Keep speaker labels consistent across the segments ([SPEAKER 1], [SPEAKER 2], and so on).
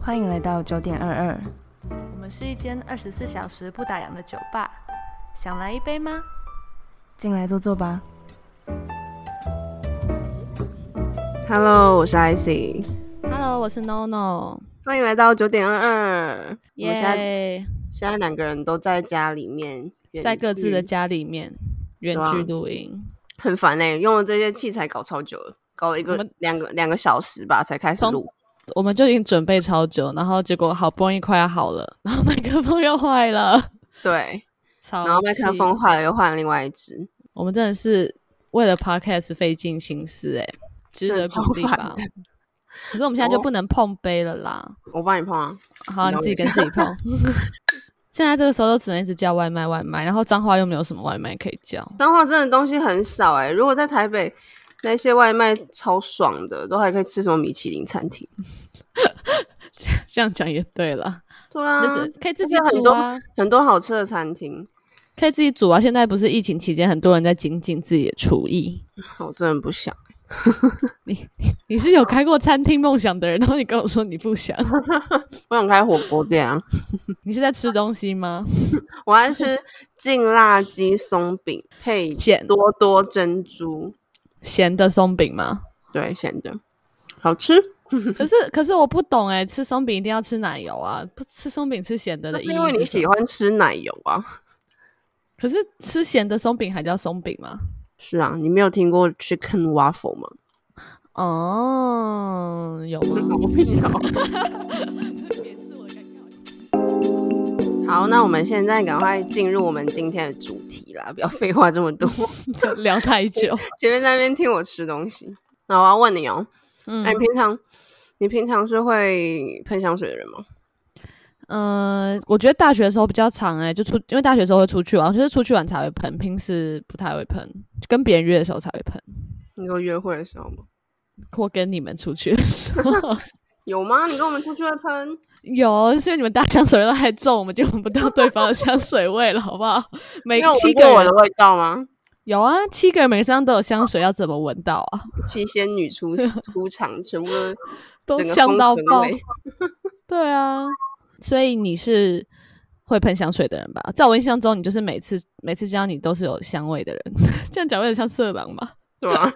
[SPEAKER 1] 欢迎来到九点二二，
[SPEAKER 2] 我们是一间二十四小时不打烊的酒吧，想来一杯吗？
[SPEAKER 1] 进来坐坐吧。
[SPEAKER 3] Hello，我是 IC，
[SPEAKER 4] Hello，我是 NONO，
[SPEAKER 3] 欢迎来到九点二二。我们现在
[SPEAKER 4] 耶
[SPEAKER 3] 现在两个人都在家里面，远
[SPEAKER 4] 在各自的
[SPEAKER 3] 距，
[SPEAKER 4] 家里面远
[SPEAKER 3] 对啊
[SPEAKER 4] 距录音，
[SPEAKER 3] 很烦哎、用了这些器材搞超久了，搞了一
[SPEAKER 4] 我
[SPEAKER 3] 个
[SPEAKER 4] 们
[SPEAKER 3] 两个两个小时吧，才开始
[SPEAKER 4] 从
[SPEAKER 3] 录。
[SPEAKER 4] 我们就已经准备超久，然后结果好不容易快要好了，然后麦克风又坏了，
[SPEAKER 3] 对，
[SPEAKER 4] 超
[SPEAKER 3] 然后麦克
[SPEAKER 4] 气
[SPEAKER 3] 风，坏了，又换了另外一只，
[SPEAKER 4] 我们真的是为了 Podcast 费尽心思哎、值
[SPEAKER 3] 真的
[SPEAKER 4] 得
[SPEAKER 3] 超
[SPEAKER 4] 鼓励
[SPEAKER 3] 烦
[SPEAKER 4] 吧
[SPEAKER 3] 的？
[SPEAKER 4] 可是我们现在就
[SPEAKER 3] 我
[SPEAKER 4] 不能碰杯了啦，
[SPEAKER 3] 我帮你碰啊。你
[SPEAKER 4] 好，你
[SPEAKER 3] 了
[SPEAKER 4] 自己
[SPEAKER 3] 解
[SPEAKER 4] 跟自 己碰。现在这个时候都只能一直叫外卖外卖，然后彰化又没有什么外卖可以叫，
[SPEAKER 3] 彰化真的东西很少哎、如果在台北，那些外卖超爽的，都还可以吃什么米其林餐厅。
[SPEAKER 4] 这样讲也对了，
[SPEAKER 3] 对啊，
[SPEAKER 4] 就是可以自己
[SPEAKER 3] 而且很
[SPEAKER 4] 煮
[SPEAKER 3] 多
[SPEAKER 4] 啊。
[SPEAKER 3] 很多好吃的餐厅，
[SPEAKER 4] 可以自己煮啊！现在不是疫情期间，很多人在精进自己的厨艺。
[SPEAKER 3] 我真的不想。
[SPEAKER 4] 你是有开过餐厅梦想的人，然后你跟我说你 不想，
[SPEAKER 3] 我想开火锅店啊。
[SPEAKER 4] 你是在吃东西吗？
[SPEAKER 3] 我爱吃劲辣鸡松饼配
[SPEAKER 4] 咸
[SPEAKER 3] 多多珍珠，
[SPEAKER 4] 咸的松饼 吗？
[SPEAKER 3] 对，咸的，好吃。
[SPEAKER 4] 可是可是我不懂哎、吃松饼一定要吃奶油啊，不吃松饼吃咸的
[SPEAKER 3] 那
[SPEAKER 4] 的
[SPEAKER 3] 是
[SPEAKER 4] 意义
[SPEAKER 3] 因为你
[SPEAKER 4] 是什
[SPEAKER 3] 喜
[SPEAKER 4] 么？
[SPEAKER 3] 欢吃奶油啊？
[SPEAKER 4] 可是吃咸的松饼还叫松饼吗？
[SPEAKER 3] 是啊，你没有听过 chicken waffle 吗？
[SPEAKER 4] 哦，
[SPEAKER 3] 嗯
[SPEAKER 4] 有吗？
[SPEAKER 3] 毛病哦。好，那我们现在赶快进入我们今天的主题啦！不要废话这么多，
[SPEAKER 4] 这聊太久，
[SPEAKER 3] 前面在那边听我吃东西。那我要问你哦，
[SPEAKER 4] 嗯
[SPEAKER 3] 那、你平常你平常是会喷香水的人吗？
[SPEAKER 4] 呃，我觉得大学的时候比较长哎、就出因为大学的时候会出去玩，就是出去玩才会喷，平时不太会喷，跟别人约的时候才会喷，
[SPEAKER 3] 你说约会的时候吗？
[SPEAKER 4] 或跟你们出去的时候
[SPEAKER 3] 有吗？你跟我们出去会喷？
[SPEAKER 4] 有，是因为你们打香水味道太重，我们就闻不到对方的香水味了，好不好？ 每
[SPEAKER 3] 你有
[SPEAKER 4] 七
[SPEAKER 3] 闻
[SPEAKER 4] 个
[SPEAKER 3] 过我
[SPEAKER 4] 人
[SPEAKER 3] 的味道吗？
[SPEAKER 4] 有啊，七个人每身上都有香水，要怎么闻到啊？
[SPEAKER 3] 七仙女 出出场，全部 都
[SPEAKER 4] 都
[SPEAKER 3] 整个
[SPEAKER 4] 香
[SPEAKER 3] 风
[SPEAKER 4] 到
[SPEAKER 3] 尘
[SPEAKER 4] 爆
[SPEAKER 3] 味
[SPEAKER 4] 对啊，所以你是会喷香水的人吧？在我印象中，你就是每次每次见到你都是有香味的人， 这样讲有点像色狼吧？
[SPEAKER 3] 对啊，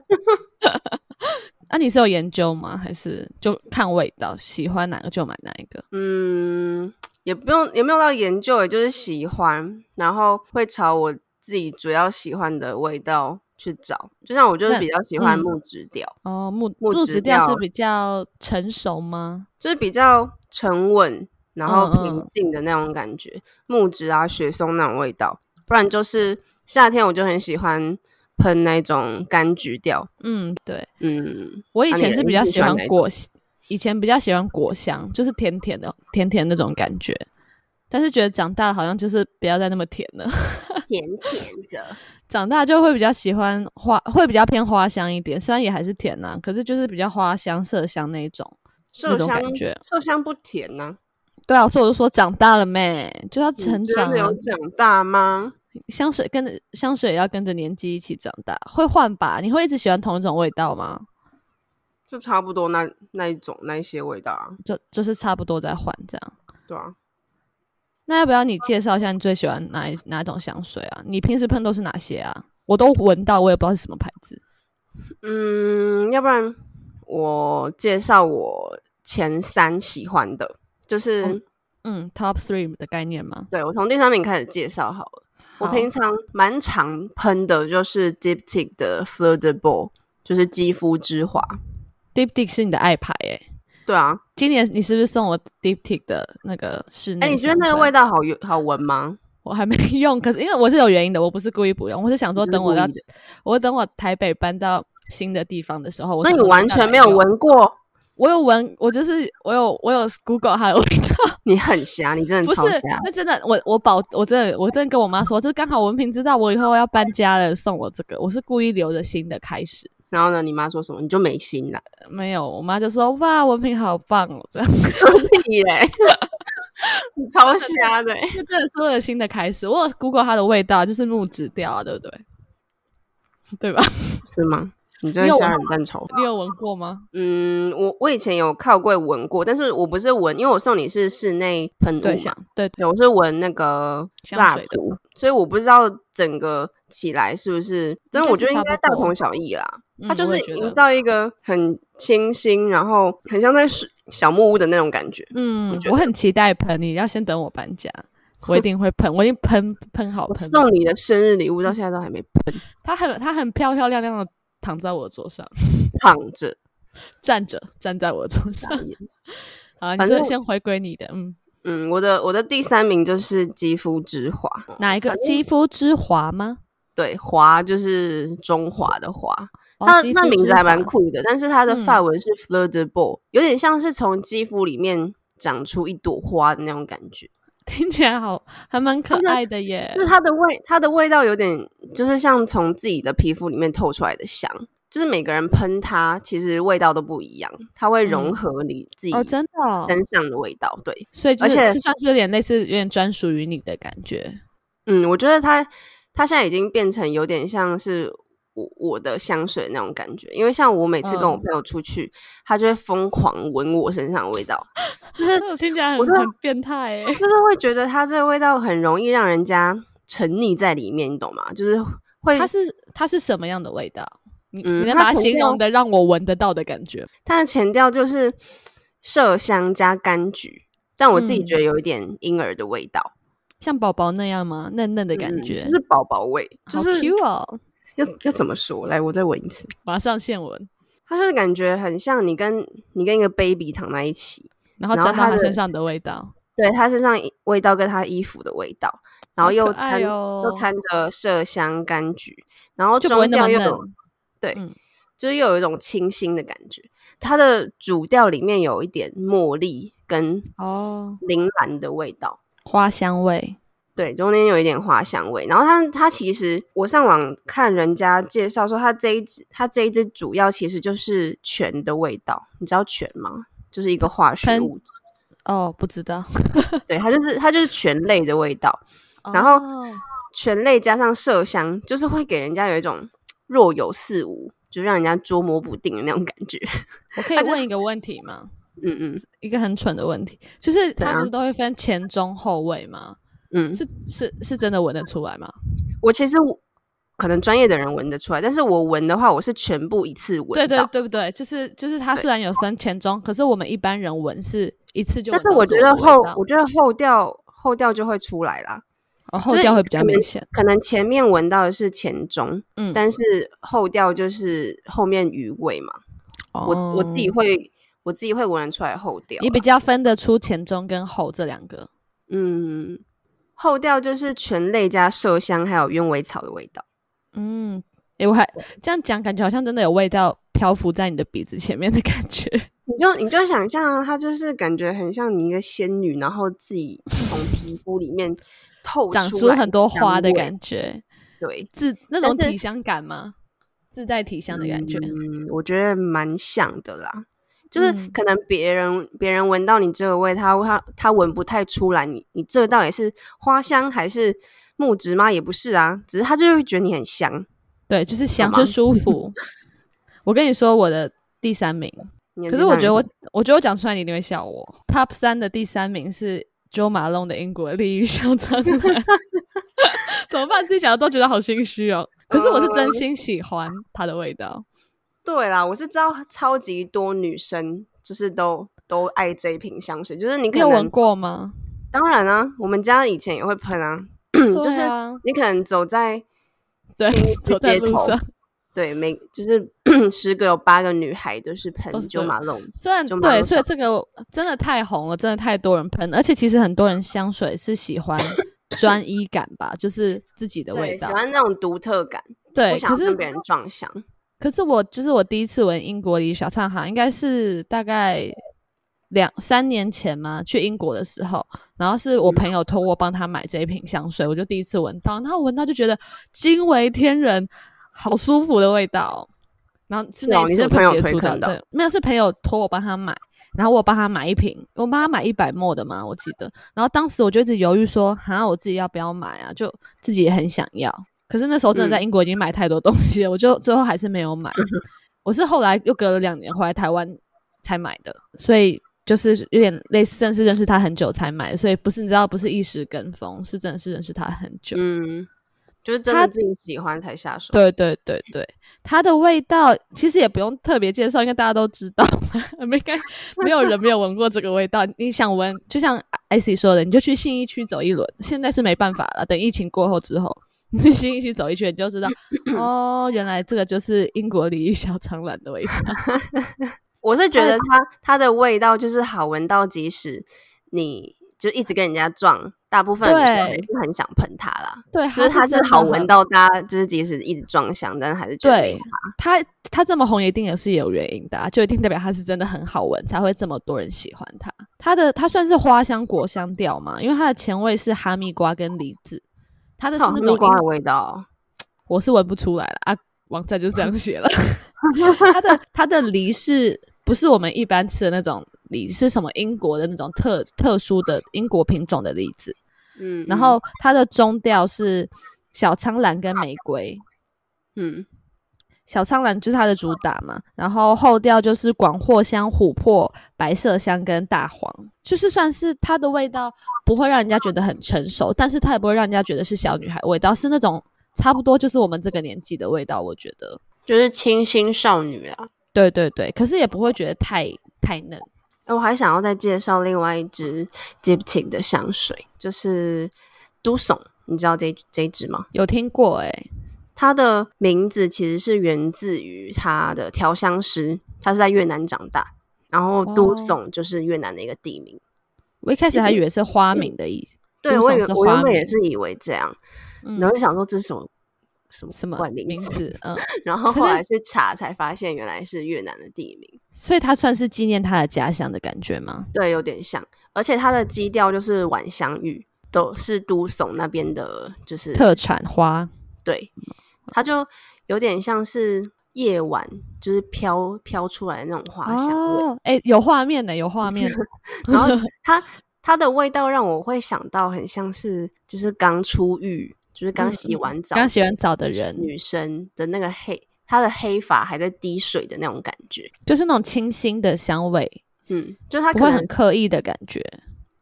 [SPEAKER 4] 那、你是有研究吗？还是就看味道，喜欢哪个就买哪一个？
[SPEAKER 3] 嗯，也不用也没有到研究，也就是喜欢，然后会朝我自己主要喜欢的味道去找。就像我就是
[SPEAKER 4] 那
[SPEAKER 3] 比较喜欢
[SPEAKER 4] 嗯
[SPEAKER 3] 木质调，
[SPEAKER 4] 哦，木
[SPEAKER 3] 木
[SPEAKER 4] 木
[SPEAKER 3] 质
[SPEAKER 4] 质调
[SPEAKER 3] 调
[SPEAKER 4] 是比较成熟吗？
[SPEAKER 3] 就是比较沉稳，然后
[SPEAKER 4] 嗯嗯
[SPEAKER 3] 平静的那种感觉，木质啊、雪松那种味道。不然就是夏天我就很喜欢喷那种柑橘调，
[SPEAKER 4] 嗯，对，
[SPEAKER 3] 嗯，
[SPEAKER 4] 我以
[SPEAKER 3] 那你
[SPEAKER 4] 前
[SPEAKER 3] 呢
[SPEAKER 4] 是比
[SPEAKER 3] 你
[SPEAKER 4] 较
[SPEAKER 3] 是
[SPEAKER 4] 喜
[SPEAKER 3] 喜欢
[SPEAKER 4] 欢
[SPEAKER 3] 哪一
[SPEAKER 4] 果香，以前比较喜欢果香，就是甜甜的、甜甜那种感觉。但是觉得长大了好像就是不要再那么甜 了，
[SPEAKER 3] 甜甜的。
[SPEAKER 4] 长大就会比较喜欢花，会比较偏花香一点，虽然也还是甜呐、可是就是比较花香、麝香那一种
[SPEAKER 3] 麝
[SPEAKER 4] 那种
[SPEAKER 3] 香
[SPEAKER 4] 感觉。
[SPEAKER 3] 麝香不甜呐、
[SPEAKER 4] 对啊，所以我就说长大了妹，就要成
[SPEAKER 3] 你
[SPEAKER 4] 长、
[SPEAKER 3] 真的
[SPEAKER 4] 啊
[SPEAKER 3] 有，长大吗？
[SPEAKER 4] 香水跟着香水也要跟着年纪一起长大，会换吧？你会一直喜欢同一种味道吗？
[SPEAKER 3] 就差不多那那一种那一些味道啊，
[SPEAKER 4] 就就是差不多再换这样。
[SPEAKER 3] 对啊。
[SPEAKER 4] 那要不要你介绍一下你最喜欢哪一哪种香水啊？你平时喷都是哪些啊？我都闻到，我也不知道是什么牌子。
[SPEAKER 3] 嗯，要不然我介绍我前三喜欢的，就是、
[SPEAKER 4] 嗯，Top Three 的概念吗？
[SPEAKER 3] 对我从第三名开始介绍好了。我
[SPEAKER 4] 好
[SPEAKER 3] 平常蛮常喷的就是 Diptyque 的 Fleur de Beau，就是肌肤之华。
[SPEAKER 4] Deep Dick 是你的爱牌诶、
[SPEAKER 3] 对啊，
[SPEAKER 4] 今年你是不是送我 Deep Dick 的那个室内？
[SPEAKER 3] 哎、你觉得那个味？道好好闻吗？
[SPEAKER 4] 我还没 用，可是因为我是有原因的，我不是故意不用，我是想说
[SPEAKER 3] 你是
[SPEAKER 4] 等我
[SPEAKER 3] 故
[SPEAKER 4] 到
[SPEAKER 3] 意的
[SPEAKER 4] 我等我台北搬到新的地方的时候，我
[SPEAKER 3] 所以
[SPEAKER 4] 想
[SPEAKER 3] 你
[SPEAKER 4] 说
[SPEAKER 3] 完
[SPEAKER 4] 再
[SPEAKER 3] 全
[SPEAKER 4] 来
[SPEAKER 3] 没有
[SPEAKER 4] 用。
[SPEAKER 3] 闻过，
[SPEAKER 4] 我有闻，我就是我有我有 Google 它的味道。
[SPEAKER 3] 你很瞎，你真的
[SPEAKER 4] 不
[SPEAKER 3] 超
[SPEAKER 4] 是
[SPEAKER 3] 瞎，。
[SPEAKER 4] 那真的，我我保，我真的，我真的跟我妈说，就是刚好文凭知道我以后要搬家了，送我这个，我是故意留着新的开始。
[SPEAKER 3] 然后呢，你妈说什么你就没心了。
[SPEAKER 4] 没有，我妈就说哇，文凭好棒哦，这样
[SPEAKER 3] 屁 嘞、你超瞎的、欸。
[SPEAKER 4] 就真的是为了新的开始。我有 Google 它的味道，就是木质调啊，对不对？对吧？
[SPEAKER 3] 是吗？你这个
[SPEAKER 4] 你有
[SPEAKER 3] 虾
[SPEAKER 4] 闻
[SPEAKER 3] 仁蛋炒饭，
[SPEAKER 4] 你有闻 过吗？
[SPEAKER 3] 嗯，我我以前有靠柜闻过，但是我不是闻，因为我送你是室内喷雾
[SPEAKER 4] 对，
[SPEAKER 3] 嘛
[SPEAKER 4] 想，对
[SPEAKER 3] 对，我是闻那个
[SPEAKER 4] 香
[SPEAKER 3] 蜡
[SPEAKER 4] 水的
[SPEAKER 3] 烛，所以我不知道整个起来是不是，但是
[SPEAKER 4] 应该
[SPEAKER 3] 我
[SPEAKER 4] 是
[SPEAKER 3] 觉得应
[SPEAKER 4] 差
[SPEAKER 3] 该
[SPEAKER 4] 不
[SPEAKER 3] 大
[SPEAKER 4] 多
[SPEAKER 3] 同小异啦。
[SPEAKER 4] 嗯
[SPEAKER 3] 它就
[SPEAKER 4] 我
[SPEAKER 3] 是
[SPEAKER 4] 也觉得
[SPEAKER 3] 营造一个很清新，然后很像在水小木屋的那种感觉。
[SPEAKER 4] 嗯
[SPEAKER 3] 我觉，
[SPEAKER 4] 我很期待喷，你要先等我搬家，我一定会喷，我已经喷喷好
[SPEAKER 3] 我
[SPEAKER 4] 喷
[SPEAKER 3] 送你的生日礼物到现在都还没喷，
[SPEAKER 4] 它很它很漂漂亮亮的躺在我桌上，
[SPEAKER 3] 躺 着。
[SPEAKER 4] 站着站在我 桌上。好啊，你
[SPEAKER 3] 反
[SPEAKER 4] 说
[SPEAKER 3] 正
[SPEAKER 4] 先回归你的，嗯，
[SPEAKER 3] 嗯，我的我的第三名就是肌肤之华，
[SPEAKER 4] 哪一个肌肤之华吗？
[SPEAKER 3] 对，华就是中华的华，
[SPEAKER 4] 哦
[SPEAKER 3] 它
[SPEAKER 4] 肌
[SPEAKER 3] 那
[SPEAKER 4] 肤
[SPEAKER 3] 名
[SPEAKER 4] 之
[SPEAKER 3] 字还蛮
[SPEAKER 4] 华
[SPEAKER 3] 酷的，但是它的
[SPEAKER 4] 嗯
[SPEAKER 3] 发文是 fleur de beau，、有点像是从肌肤里面长出一朵花的那种感觉，
[SPEAKER 4] 听起来好，还蛮可
[SPEAKER 3] 就是
[SPEAKER 4] 爱的耶
[SPEAKER 3] 就。是它的味，它的味道有点就是像从自己的皮肤里面透出来的香，就是每个人喷它，其实味道都不一样，它会融
[SPEAKER 4] 嗯
[SPEAKER 3] 合你自己
[SPEAKER 4] 哦，真的、哦，
[SPEAKER 3] 身上的味道。对，
[SPEAKER 4] 所以就
[SPEAKER 3] 而
[SPEAKER 4] 是
[SPEAKER 3] 且
[SPEAKER 4] 这算是有点类似，有点专属于你的感觉。
[SPEAKER 3] 嗯，我觉得它它现在已经变成有点像是。我我的香水那种感觉，因为像我每次跟我
[SPEAKER 4] 嗯
[SPEAKER 3] 朋友出去，他就会疯狂闻我身上的味道，就是
[SPEAKER 4] 听起来
[SPEAKER 3] 我
[SPEAKER 4] 很
[SPEAKER 3] 真的
[SPEAKER 4] 很变态诶。
[SPEAKER 3] 就是会觉得它这个味道很容易让人家沉溺在里面，你懂吗？就是会
[SPEAKER 4] 它是它是什么样的味道？你、
[SPEAKER 3] 嗯
[SPEAKER 4] 你能
[SPEAKER 3] 它
[SPEAKER 4] 把它
[SPEAKER 3] 曾
[SPEAKER 4] 形
[SPEAKER 3] 经
[SPEAKER 4] 容的让我闻得到的感觉吗？
[SPEAKER 3] 它的前调就是麝香加柑橘，但我自己
[SPEAKER 4] 嗯
[SPEAKER 3] 觉得有一点婴儿的味道
[SPEAKER 4] 像宝宝那样吗？嫩嫩的感
[SPEAKER 3] 嗯
[SPEAKER 4] 觉，
[SPEAKER 3] 就是宝宝味，就
[SPEAKER 4] 好
[SPEAKER 3] 是
[SPEAKER 4] Q 哦！
[SPEAKER 3] 要要怎么说？来，我再闻一次，
[SPEAKER 4] 马上现闻，
[SPEAKER 3] 它就是感觉很像你跟你跟一个 baby 躺在一起，
[SPEAKER 4] 然后
[SPEAKER 3] 然后
[SPEAKER 4] 沾到
[SPEAKER 3] 它
[SPEAKER 4] 他
[SPEAKER 3] 的
[SPEAKER 4] 身上的味道，
[SPEAKER 3] 对，它身上衣味道跟它衣服的味道，然后
[SPEAKER 4] 好
[SPEAKER 3] 又
[SPEAKER 4] 可爱
[SPEAKER 3] 掺、
[SPEAKER 4] 哦
[SPEAKER 3] 又掺着麝香、柑橘，然后
[SPEAKER 4] 就不会
[SPEAKER 3] 中
[SPEAKER 4] 那么
[SPEAKER 3] 调又
[SPEAKER 4] 嫩
[SPEAKER 3] 有对，
[SPEAKER 4] 嗯
[SPEAKER 3] 就是又有一种清新的感觉。它的主调里面有一点茉莉跟
[SPEAKER 4] 哦，
[SPEAKER 3] 铃兰的味道，
[SPEAKER 4] 花香味。
[SPEAKER 3] 对，中间有一点花香味。然后它它其实我上网看人家介绍说，它这一支它这一支主要其实就是醛的味道，你知道醛吗？就是一个化学
[SPEAKER 4] 喷
[SPEAKER 3] 物质，
[SPEAKER 4] 哦，不知道。
[SPEAKER 3] 对，它就是它就是醛类的味道。然后
[SPEAKER 4] 哦
[SPEAKER 3] 醛类加上麝香，就是会给人家有一种若有似无，就让人家捉摸不定的那种感觉。
[SPEAKER 4] 我可以问一个问题吗？
[SPEAKER 3] 嗯嗯
[SPEAKER 4] 一个很蠢的问题，就是
[SPEAKER 3] 怎
[SPEAKER 4] 它不
[SPEAKER 3] 样
[SPEAKER 4] 是都会分前中后味吗？
[SPEAKER 3] 嗯，
[SPEAKER 4] 是是是真的闻得出来吗？
[SPEAKER 3] 我其实我可能专业的人闻得出来，但是我闻的话，我是全部一次闻到。
[SPEAKER 4] 对对对不对？就是就是它
[SPEAKER 3] 对
[SPEAKER 4] 虽然有分前中，可是我们一般人闻是一次就
[SPEAKER 3] 但
[SPEAKER 4] 闻
[SPEAKER 3] 是
[SPEAKER 4] 到
[SPEAKER 3] 我
[SPEAKER 4] 所
[SPEAKER 3] 觉
[SPEAKER 4] 有
[SPEAKER 3] 得
[SPEAKER 4] 的味道。
[SPEAKER 3] 后，我觉得后调后调就会出来啦，
[SPEAKER 4] 哦后
[SPEAKER 3] 就是
[SPEAKER 4] 调会比较
[SPEAKER 3] 可能
[SPEAKER 4] 明显。
[SPEAKER 3] 可能前面闻到的是前中，
[SPEAKER 4] 嗯，
[SPEAKER 3] 但是后调就是后面余味嘛。我我自己
[SPEAKER 4] 哦
[SPEAKER 3] 会我自己会闻得出来后调啦。
[SPEAKER 4] 你比较分得出前中跟后这两个。
[SPEAKER 3] 嗯，后调就是醛类加麝香，还有鸢尾草的味道。
[SPEAKER 4] 嗯，诶、我还这样讲，感觉好像真的有味道漂浮在你的鼻子前面的感觉。
[SPEAKER 3] 你就你就想象啊，它就是感觉很像你一个仙女，然后自己从皮肤里面透
[SPEAKER 4] 长
[SPEAKER 3] 出
[SPEAKER 4] 出
[SPEAKER 3] 来
[SPEAKER 4] 很多花的
[SPEAKER 3] 香
[SPEAKER 4] 感觉，
[SPEAKER 3] 味。对，
[SPEAKER 4] 自那
[SPEAKER 3] 但
[SPEAKER 4] 种
[SPEAKER 3] 是
[SPEAKER 4] 体香感吗？自带体香的感觉。
[SPEAKER 3] 嗯，我觉得蛮像的啦。就是
[SPEAKER 4] 嗯
[SPEAKER 3] 可能别人别人闻到你这个味，他他他闻不太出来你，你这到底是花香还是木质吗？也不是啊，只是他就会觉得你很香。
[SPEAKER 4] 对，就是香
[SPEAKER 3] 吗
[SPEAKER 4] 就舒服。 我跟你说，我的第三名，
[SPEAKER 3] 你的
[SPEAKER 4] 可
[SPEAKER 3] 第
[SPEAKER 4] 是我
[SPEAKER 3] 三
[SPEAKER 4] 觉得
[SPEAKER 3] 名
[SPEAKER 4] 我，我觉得我讲出来你一定会笑我。Top 三的第三名是 Joe Malone 的英国利于小蟑 螂，怎么办？自己想的都觉得好心虚哦。可是我是真心喜欢它的味
[SPEAKER 3] 哦
[SPEAKER 4] 道，
[SPEAKER 3] 对啦，我是知道超级多女生就是都都爱这一瓶香水，就是你可
[SPEAKER 4] 你有
[SPEAKER 3] 能
[SPEAKER 4] 闻过吗？
[SPEAKER 3] 当然啊，我们家以前也会喷啊，就
[SPEAKER 4] 对
[SPEAKER 3] 是
[SPEAKER 4] 啊
[SPEAKER 3] 你可能走在
[SPEAKER 4] 对
[SPEAKER 3] 新一区
[SPEAKER 4] 走在
[SPEAKER 3] 街
[SPEAKER 4] 路
[SPEAKER 3] 头
[SPEAKER 4] 上，
[SPEAKER 3] 对每就是 十个有八个女孩都是喷
[SPEAKER 4] 都是
[SPEAKER 3] 九马龙，
[SPEAKER 4] 虽然
[SPEAKER 3] 就马
[SPEAKER 4] 对，
[SPEAKER 3] 路
[SPEAKER 4] 所以
[SPEAKER 3] 上
[SPEAKER 4] 这个真的太红了，真的太多人喷，而且其实很多人香水是喜欢 专一感吧，就是自己的味
[SPEAKER 3] 对，喜
[SPEAKER 4] 道。
[SPEAKER 3] 欢那种独特感，
[SPEAKER 4] 对，
[SPEAKER 3] 不想
[SPEAKER 4] 可
[SPEAKER 3] 要
[SPEAKER 4] 是
[SPEAKER 3] 跟别人撞香。
[SPEAKER 4] 可是我就是我第一次闻英国梨小唱行，应该是大概两三年前嘛，去英国的时候，然后是我朋
[SPEAKER 3] 嗯
[SPEAKER 4] 友托我帮他买这一瓶香水，我就第一次闻到，然后闻到就觉得惊为天人，好舒服的味道。然后是
[SPEAKER 3] 是
[SPEAKER 4] 那
[SPEAKER 3] 哦
[SPEAKER 4] 一
[SPEAKER 3] 你
[SPEAKER 4] 次
[SPEAKER 3] 是
[SPEAKER 4] 我就
[SPEAKER 3] 朋友
[SPEAKER 4] 接
[SPEAKER 3] 推
[SPEAKER 4] 触
[SPEAKER 3] 坑
[SPEAKER 4] 到
[SPEAKER 3] 的
[SPEAKER 4] 这个，没有是朋友托我帮他买，然后我帮他买一瓶，我帮他买一百沫的嘛，我记得。然后当时我就一直犹豫说，哈，我自己要不要买啊？就自己也很想要，可是那时候真的在英国已经买太多东西了，我就最后还是没有买。我是后来又隔了两年回来台湾才买的，所以就是有点类似，正式认识他很久才买，所以不是你知道不是一时跟风，是真的是认识他很久。
[SPEAKER 3] 嗯，就是真的
[SPEAKER 4] 它
[SPEAKER 3] 自己喜欢才下手。
[SPEAKER 4] 对对对对，它的味道其实也不用特别介绍，因为大家都知道嘛， 没该没有人没有闻过这个味道。你想闻，就像艾希说的，你就去信义区走一轮。现在是没办法了，等疫情过后之后，你去信义区走一圈，你就知道哦，原来这个就是英国鲤鱼小肠兰的味道。
[SPEAKER 3] 我是觉得它它的味道就是好闻到，即使你就一直跟人家撞，大部分人
[SPEAKER 4] 对
[SPEAKER 3] 还是很想喷它啦。
[SPEAKER 4] 对，
[SPEAKER 3] 就是它
[SPEAKER 4] 真
[SPEAKER 3] 是
[SPEAKER 4] 的
[SPEAKER 3] 好
[SPEAKER 4] 很
[SPEAKER 3] 闻，到大家就是即使一直撞香，但是还是觉得
[SPEAKER 4] 对它它这么红，一定也是有原因的、啊，就一定代表它是真的很好闻，才会这么多人喜欢它。它的它算是花香果香调嘛，因为它的前味是哈密瓜跟梨子，它的是
[SPEAKER 3] 草
[SPEAKER 4] 那
[SPEAKER 3] 蜜
[SPEAKER 4] 种
[SPEAKER 3] 瓜
[SPEAKER 4] 英
[SPEAKER 3] 的味道。
[SPEAKER 4] 我是闻不出来了啊，网站就这样写了。它的它的梨是不是我们一般吃的那种梨？是什么英国的那种特特殊的英国品种的梨子？
[SPEAKER 3] 嗯，
[SPEAKER 4] 然后它的中调是小苍兰跟玫瑰，
[SPEAKER 3] 嗯
[SPEAKER 4] 小苍兰就是它的主打嘛，然后后调就是广藿香、琥珀、白麝香跟大黄，就是算是它的味道不会让人家觉得很成熟，但是它也不会让人家觉得是小女孩味道，是那种差不多就是我们这个年纪的味道，我觉得。
[SPEAKER 3] 就是清新少女啊。
[SPEAKER 4] 对对对，可是也不会觉得太太嫩。
[SPEAKER 3] 哎我还想要再介绍另外一支 Diptic 的香水，就是都耸，你知道这这一支吗？
[SPEAKER 4] 有听过欸诶、
[SPEAKER 3] 它的名字其实是源自于它的调香师，他是在越南长大，然后
[SPEAKER 4] 哦
[SPEAKER 3] 都耸就是越南的一个地名。
[SPEAKER 4] 我一开始还以为是花名的意思，
[SPEAKER 3] 对，
[SPEAKER 4] 都
[SPEAKER 3] 我以
[SPEAKER 4] 耸
[SPEAKER 3] 为
[SPEAKER 4] 是
[SPEAKER 3] 我原
[SPEAKER 4] 花
[SPEAKER 3] 本
[SPEAKER 4] 名，
[SPEAKER 3] 也是以为这样，
[SPEAKER 4] 嗯
[SPEAKER 3] 然后就想说这是什么什么
[SPEAKER 4] 什么
[SPEAKER 3] 怪
[SPEAKER 4] 名
[SPEAKER 3] 名字，
[SPEAKER 4] 字？嗯，
[SPEAKER 3] 然后
[SPEAKER 4] 可
[SPEAKER 3] 后
[SPEAKER 4] 是
[SPEAKER 3] 来去查才发现原来是越南的地名，
[SPEAKER 4] 所以它算是纪念他的家乡的感觉吗？
[SPEAKER 3] 对，有点像，而且它的基调就是晚香玉，都是都耸那边的，就是
[SPEAKER 4] 特产花，
[SPEAKER 3] 对，它就有点像是夜晚就是飘飘出来的那种花香味。
[SPEAKER 4] 哦，哎、有画面呢、有画面。
[SPEAKER 3] 然后它它的味道让我会想到很像是就是刚出浴，就是刚洗完澡，
[SPEAKER 4] 嗯刚洗完澡的人，
[SPEAKER 3] 女生的那个黑，她的黑发还在滴水的那种感觉。
[SPEAKER 4] 就是那种清新的香味，
[SPEAKER 3] 嗯，就是她
[SPEAKER 4] 不
[SPEAKER 3] 可
[SPEAKER 4] 会
[SPEAKER 3] 能
[SPEAKER 4] 很刻意的感觉。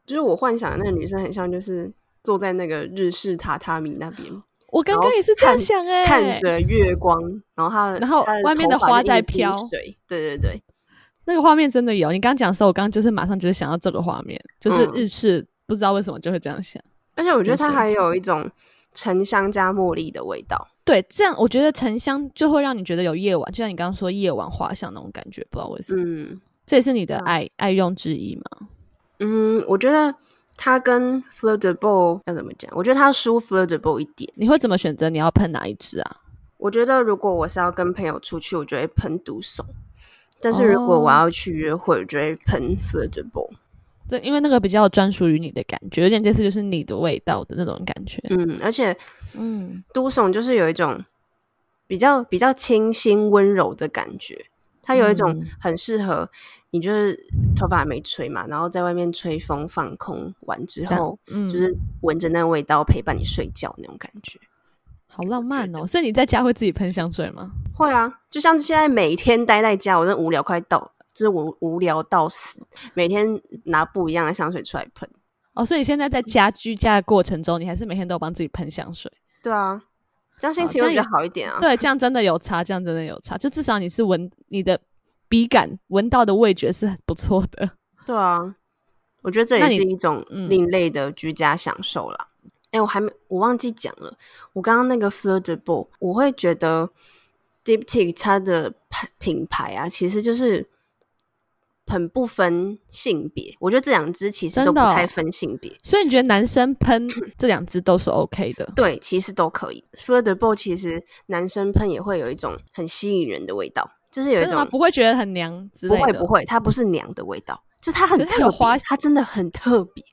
[SPEAKER 3] 就是我幻想的那个女生很像就是坐在那个日式榻榻米那边，
[SPEAKER 4] 我刚
[SPEAKER 3] 然后
[SPEAKER 4] 刚也是这样
[SPEAKER 3] 看
[SPEAKER 4] 想哎、
[SPEAKER 3] 看着月光，然后她的
[SPEAKER 4] 然后
[SPEAKER 3] 她
[SPEAKER 4] 外面
[SPEAKER 3] 头
[SPEAKER 4] 的
[SPEAKER 3] 发
[SPEAKER 4] 花
[SPEAKER 3] 就一
[SPEAKER 4] 在
[SPEAKER 3] 直滴
[SPEAKER 4] 飘
[SPEAKER 3] 水。对对对，
[SPEAKER 4] 那个画面真的有。你刚讲的时候，我刚刚就是马上就是想到这个画面，就是
[SPEAKER 3] 嗯
[SPEAKER 4] 日式，不知道为什么就会这样想。
[SPEAKER 3] 而且我觉得
[SPEAKER 4] 很
[SPEAKER 3] 它
[SPEAKER 4] 神
[SPEAKER 3] 还
[SPEAKER 4] 奇
[SPEAKER 3] 有一种沉香加茉莉的味道。
[SPEAKER 4] 对，这样我觉得沉香就会让你觉得有夜晚，就像你刚刚说夜晚花香那种感觉，不知道为什么，
[SPEAKER 3] 嗯，
[SPEAKER 4] 这也是你的爱、爱用之一嘛。
[SPEAKER 3] 嗯，我觉得它跟 Fleur de Bol 要怎么讲？我觉得它输 Fleur de Bol 一点。
[SPEAKER 4] 你会怎么选择你要喷哪一支啊？
[SPEAKER 3] 我觉得如果我是要跟朋友出去，我就会喷毒怂；但是如果我
[SPEAKER 4] 哦
[SPEAKER 3] 要去约会，我就会喷 Fleur de Bol。
[SPEAKER 4] 对，因为那个比较专属于你的感觉，有点这次就是你的味道的那种感觉。
[SPEAKER 3] 嗯，而且
[SPEAKER 4] 嗯，
[SPEAKER 3] 毒怂就是有一种比较比较清新温柔的感觉，它有一种
[SPEAKER 4] 嗯
[SPEAKER 3] 很适合你，就是头发还没吹嘛，然后在外面吹风放空完之
[SPEAKER 4] 但
[SPEAKER 3] 后，
[SPEAKER 4] 嗯
[SPEAKER 3] 就是闻着那味道陪伴你睡觉那种感觉。
[SPEAKER 4] 好浪漫哦！所以你在家会自己喷香水吗？
[SPEAKER 3] 会啊，就像现在每天待在家，我真的无聊快到，就是我无聊到死，每天拿不一样的香水出来喷。
[SPEAKER 4] 哦，所以你现在在家居家的过程中，你还是每天都有帮自己喷香水。
[SPEAKER 3] 对啊，这样心情
[SPEAKER 4] 好
[SPEAKER 3] 会
[SPEAKER 4] 这
[SPEAKER 3] 比
[SPEAKER 4] 样
[SPEAKER 3] 较好一点啊。
[SPEAKER 4] 对，这样真的有差，这样真的有差。就至少你是闻你的鼻感闻到的味觉是很不错 的。
[SPEAKER 3] 对啊，我觉得这
[SPEAKER 4] 那
[SPEAKER 3] 也
[SPEAKER 4] 你
[SPEAKER 3] 是一种
[SPEAKER 4] 嗯
[SPEAKER 3] 另类的居家享受啦。哎、我还没，我忘记讲了，我刚刚那个 Fleur de Bol，我会觉得 Diptic 它的牌品牌啊，其实就是很不分性别。我觉得这两支其实
[SPEAKER 4] 真
[SPEAKER 3] 都不
[SPEAKER 4] 的哦
[SPEAKER 3] 太分性别。
[SPEAKER 4] 所以你觉得男生喷这两支都是 OK 的？
[SPEAKER 3] 对，其实都可以。Fleur de Bol 其实男生喷也会有一种很吸引人的味道，就是有一
[SPEAKER 4] 真的吗？
[SPEAKER 3] 种
[SPEAKER 4] 不会觉得很娘之
[SPEAKER 3] 不
[SPEAKER 4] 类
[SPEAKER 3] 会
[SPEAKER 4] 的？
[SPEAKER 3] 不会，它不是娘的味道，就它很
[SPEAKER 4] 可
[SPEAKER 3] 特
[SPEAKER 4] 是它有
[SPEAKER 3] 别，
[SPEAKER 4] 花
[SPEAKER 3] 它真的很特 别。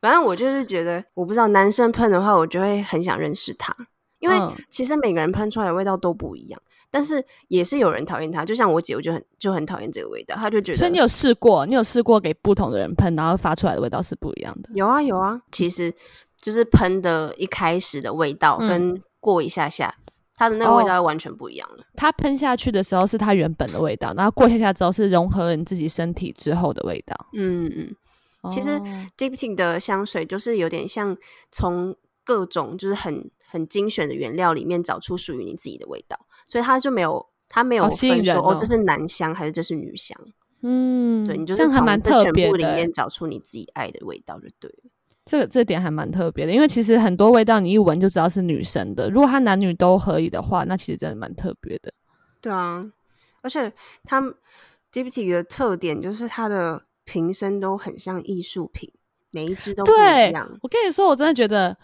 [SPEAKER 3] 反正我就是觉得，我不知道男生喷的话，我就会很想认识他，因为
[SPEAKER 4] 嗯
[SPEAKER 3] 其实每个人喷出来的味道都不一样，但是也是有人讨厌它，就像我姐，我就很就很讨厌这个味道，她就觉得
[SPEAKER 4] 所以你有试过？你有试过给不同的人喷，然后发出来的味道是不一样的？
[SPEAKER 3] 有啊有啊，其实就是喷的一开始的味道
[SPEAKER 4] 嗯
[SPEAKER 3] 跟过一下下，它的那个味道
[SPEAKER 4] 哦
[SPEAKER 3] 又完全不一样了。
[SPEAKER 4] 它喷下去的时候是它原本的味道，然后过一下下之后是融合了你自己身体之后的味道。
[SPEAKER 3] 嗯嗯其实
[SPEAKER 4] 哦
[SPEAKER 3] d i p t i n 的香水就是有点像从各种就是很很精选的原料里面找出属于你自己的味道，所以它就没有它没有
[SPEAKER 4] 好吸引
[SPEAKER 3] 分说
[SPEAKER 4] 人
[SPEAKER 3] 哦
[SPEAKER 4] 哦
[SPEAKER 3] 这是男香还是这是女香，
[SPEAKER 4] 嗯，
[SPEAKER 3] 对你就
[SPEAKER 4] 这
[SPEAKER 3] 是
[SPEAKER 4] 样还
[SPEAKER 3] 从
[SPEAKER 4] 蛮
[SPEAKER 3] 这
[SPEAKER 4] 特
[SPEAKER 3] 全
[SPEAKER 4] 别
[SPEAKER 3] 部
[SPEAKER 4] 的
[SPEAKER 3] 里
[SPEAKER 4] 欸
[SPEAKER 3] 面找出你自己爱的味道就对了。
[SPEAKER 4] 这个这点还蛮特别的，因为其实很多味道你一闻就知道是女生的。如果它男女都可以的话，那其实真的蛮特别的。
[SPEAKER 3] 对啊，而且他们 d i p t i 的特点就是它的瓶身都很像艺术品，每一支都不
[SPEAKER 4] 对
[SPEAKER 3] 一样。
[SPEAKER 4] 我跟你说，我真的觉得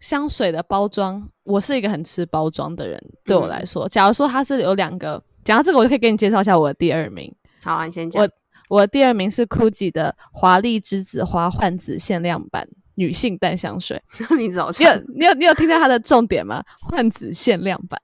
[SPEAKER 4] 香水的包装，我是一个很吃包装的人。对我
[SPEAKER 3] 嗯
[SPEAKER 4] 来说，假如说它是有两个，讲到这个，我就可以给你介绍一下我的第二名。
[SPEAKER 3] 好啊，你先讲。
[SPEAKER 4] 我的第二名是 GUCCI 的华丽栀子花幻子限量版女性淡香水。
[SPEAKER 3] 你早
[SPEAKER 4] 你有
[SPEAKER 3] 穿
[SPEAKER 4] 你有你有听到它的重点吗？幻子限量版，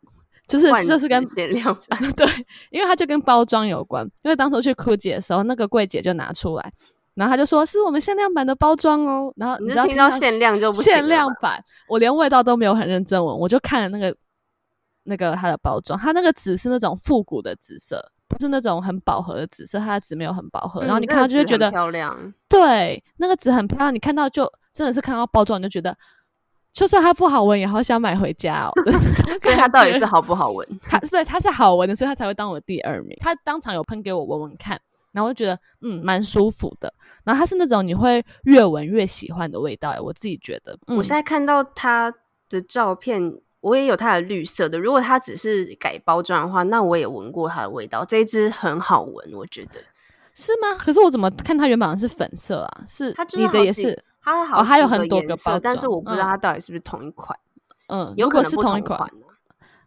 [SPEAKER 4] 就是
[SPEAKER 3] 换
[SPEAKER 4] 就是跟
[SPEAKER 3] 成限量版，
[SPEAKER 4] 对，因为它就跟包装有关。因为当初去酷姐的时候，那个柜姐就拿出来，然后她就说是我们限量版的包装哦。然后
[SPEAKER 3] 你
[SPEAKER 4] 知
[SPEAKER 3] 就
[SPEAKER 4] 道
[SPEAKER 3] 听到
[SPEAKER 4] 是
[SPEAKER 3] 限量就不行了
[SPEAKER 4] 限量
[SPEAKER 3] 吧
[SPEAKER 4] 版，我连味道都没有很认真闻，我就看了那个那个它的包装，它那个紫是那种复古的紫色。不是那种很饱和的紫色，它的紫没有很饱和，然后
[SPEAKER 3] 嗯
[SPEAKER 4] 你
[SPEAKER 3] 这
[SPEAKER 4] 看
[SPEAKER 3] 个
[SPEAKER 4] 到就会
[SPEAKER 3] 纸
[SPEAKER 4] 觉
[SPEAKER 3] 很
[SPEAKER 4] 得
[SPEAKER 3] 漂亮。
[SPEAKER 4] 对，那个纸很漂亮，你看到就真的是看到包装你就觉得，就算它不好闻，也好想买回家 哦。
[SPEAKER 3] 所以它到底
[SPEAKER 4] 好。
[SPEAKER 3] 是好不好闻？
[SPEAKER 4] 它所以它是好闻的，所以它才会当我第二名。它当场有喷给我闻闻看，然后我就觉得嗯蛮舒服的。然后它是那种你会越闻越喜欢的味道、欸，我自己觉得。嗯、
[SPEAKER 3] 我现在看到它的照片，我也有它的绿色的。如果它只是改包装的话，那我也闻过它的味道。这一支很好闻，我觉得
[SPEAKER 4] 是吗？可是我怎么看它原本好像是粉色啊？是
[SPEAKER 3] 它就是
[SPEAKER 4] 你的
[SPEAKER 3] 好
[SPEAKER 4] 也
[SPEAKER 3] 几
[SPEAKER 4] 是，
[SPEAKER 3] 它好
[SPEAKER 4] 哦还有
[SPEAKER 3] 几个
[SPEAKER 4] 很多
[SPEAKER 3] 颜
[SPEAKER 4] 个
[SPEAKER 3] 色
[SPEAKER 4] 包
[SPEAKER 3] 但是
[SPEAKER 4] 装
[SPEAKER 3] 我不知道
[SPEAKER 4] 嗯
[SPEAKER 3] 它到底是不是同一款，
[SPEAKER 4] 嗯，
[SPEAKER 3] 有
[SPEAKER 4] 如
[SPEAKER 3] 可
[SPEAKER 4] 果
[SPEAKER 3] 能
[SPEAKER 4] 是
[SPEAKER 3] 不
[SPEAKER 4] 同一
[SPEAKER 3] 款
[SPEAKER 4] 款，
[SPEAKER 3] 啊。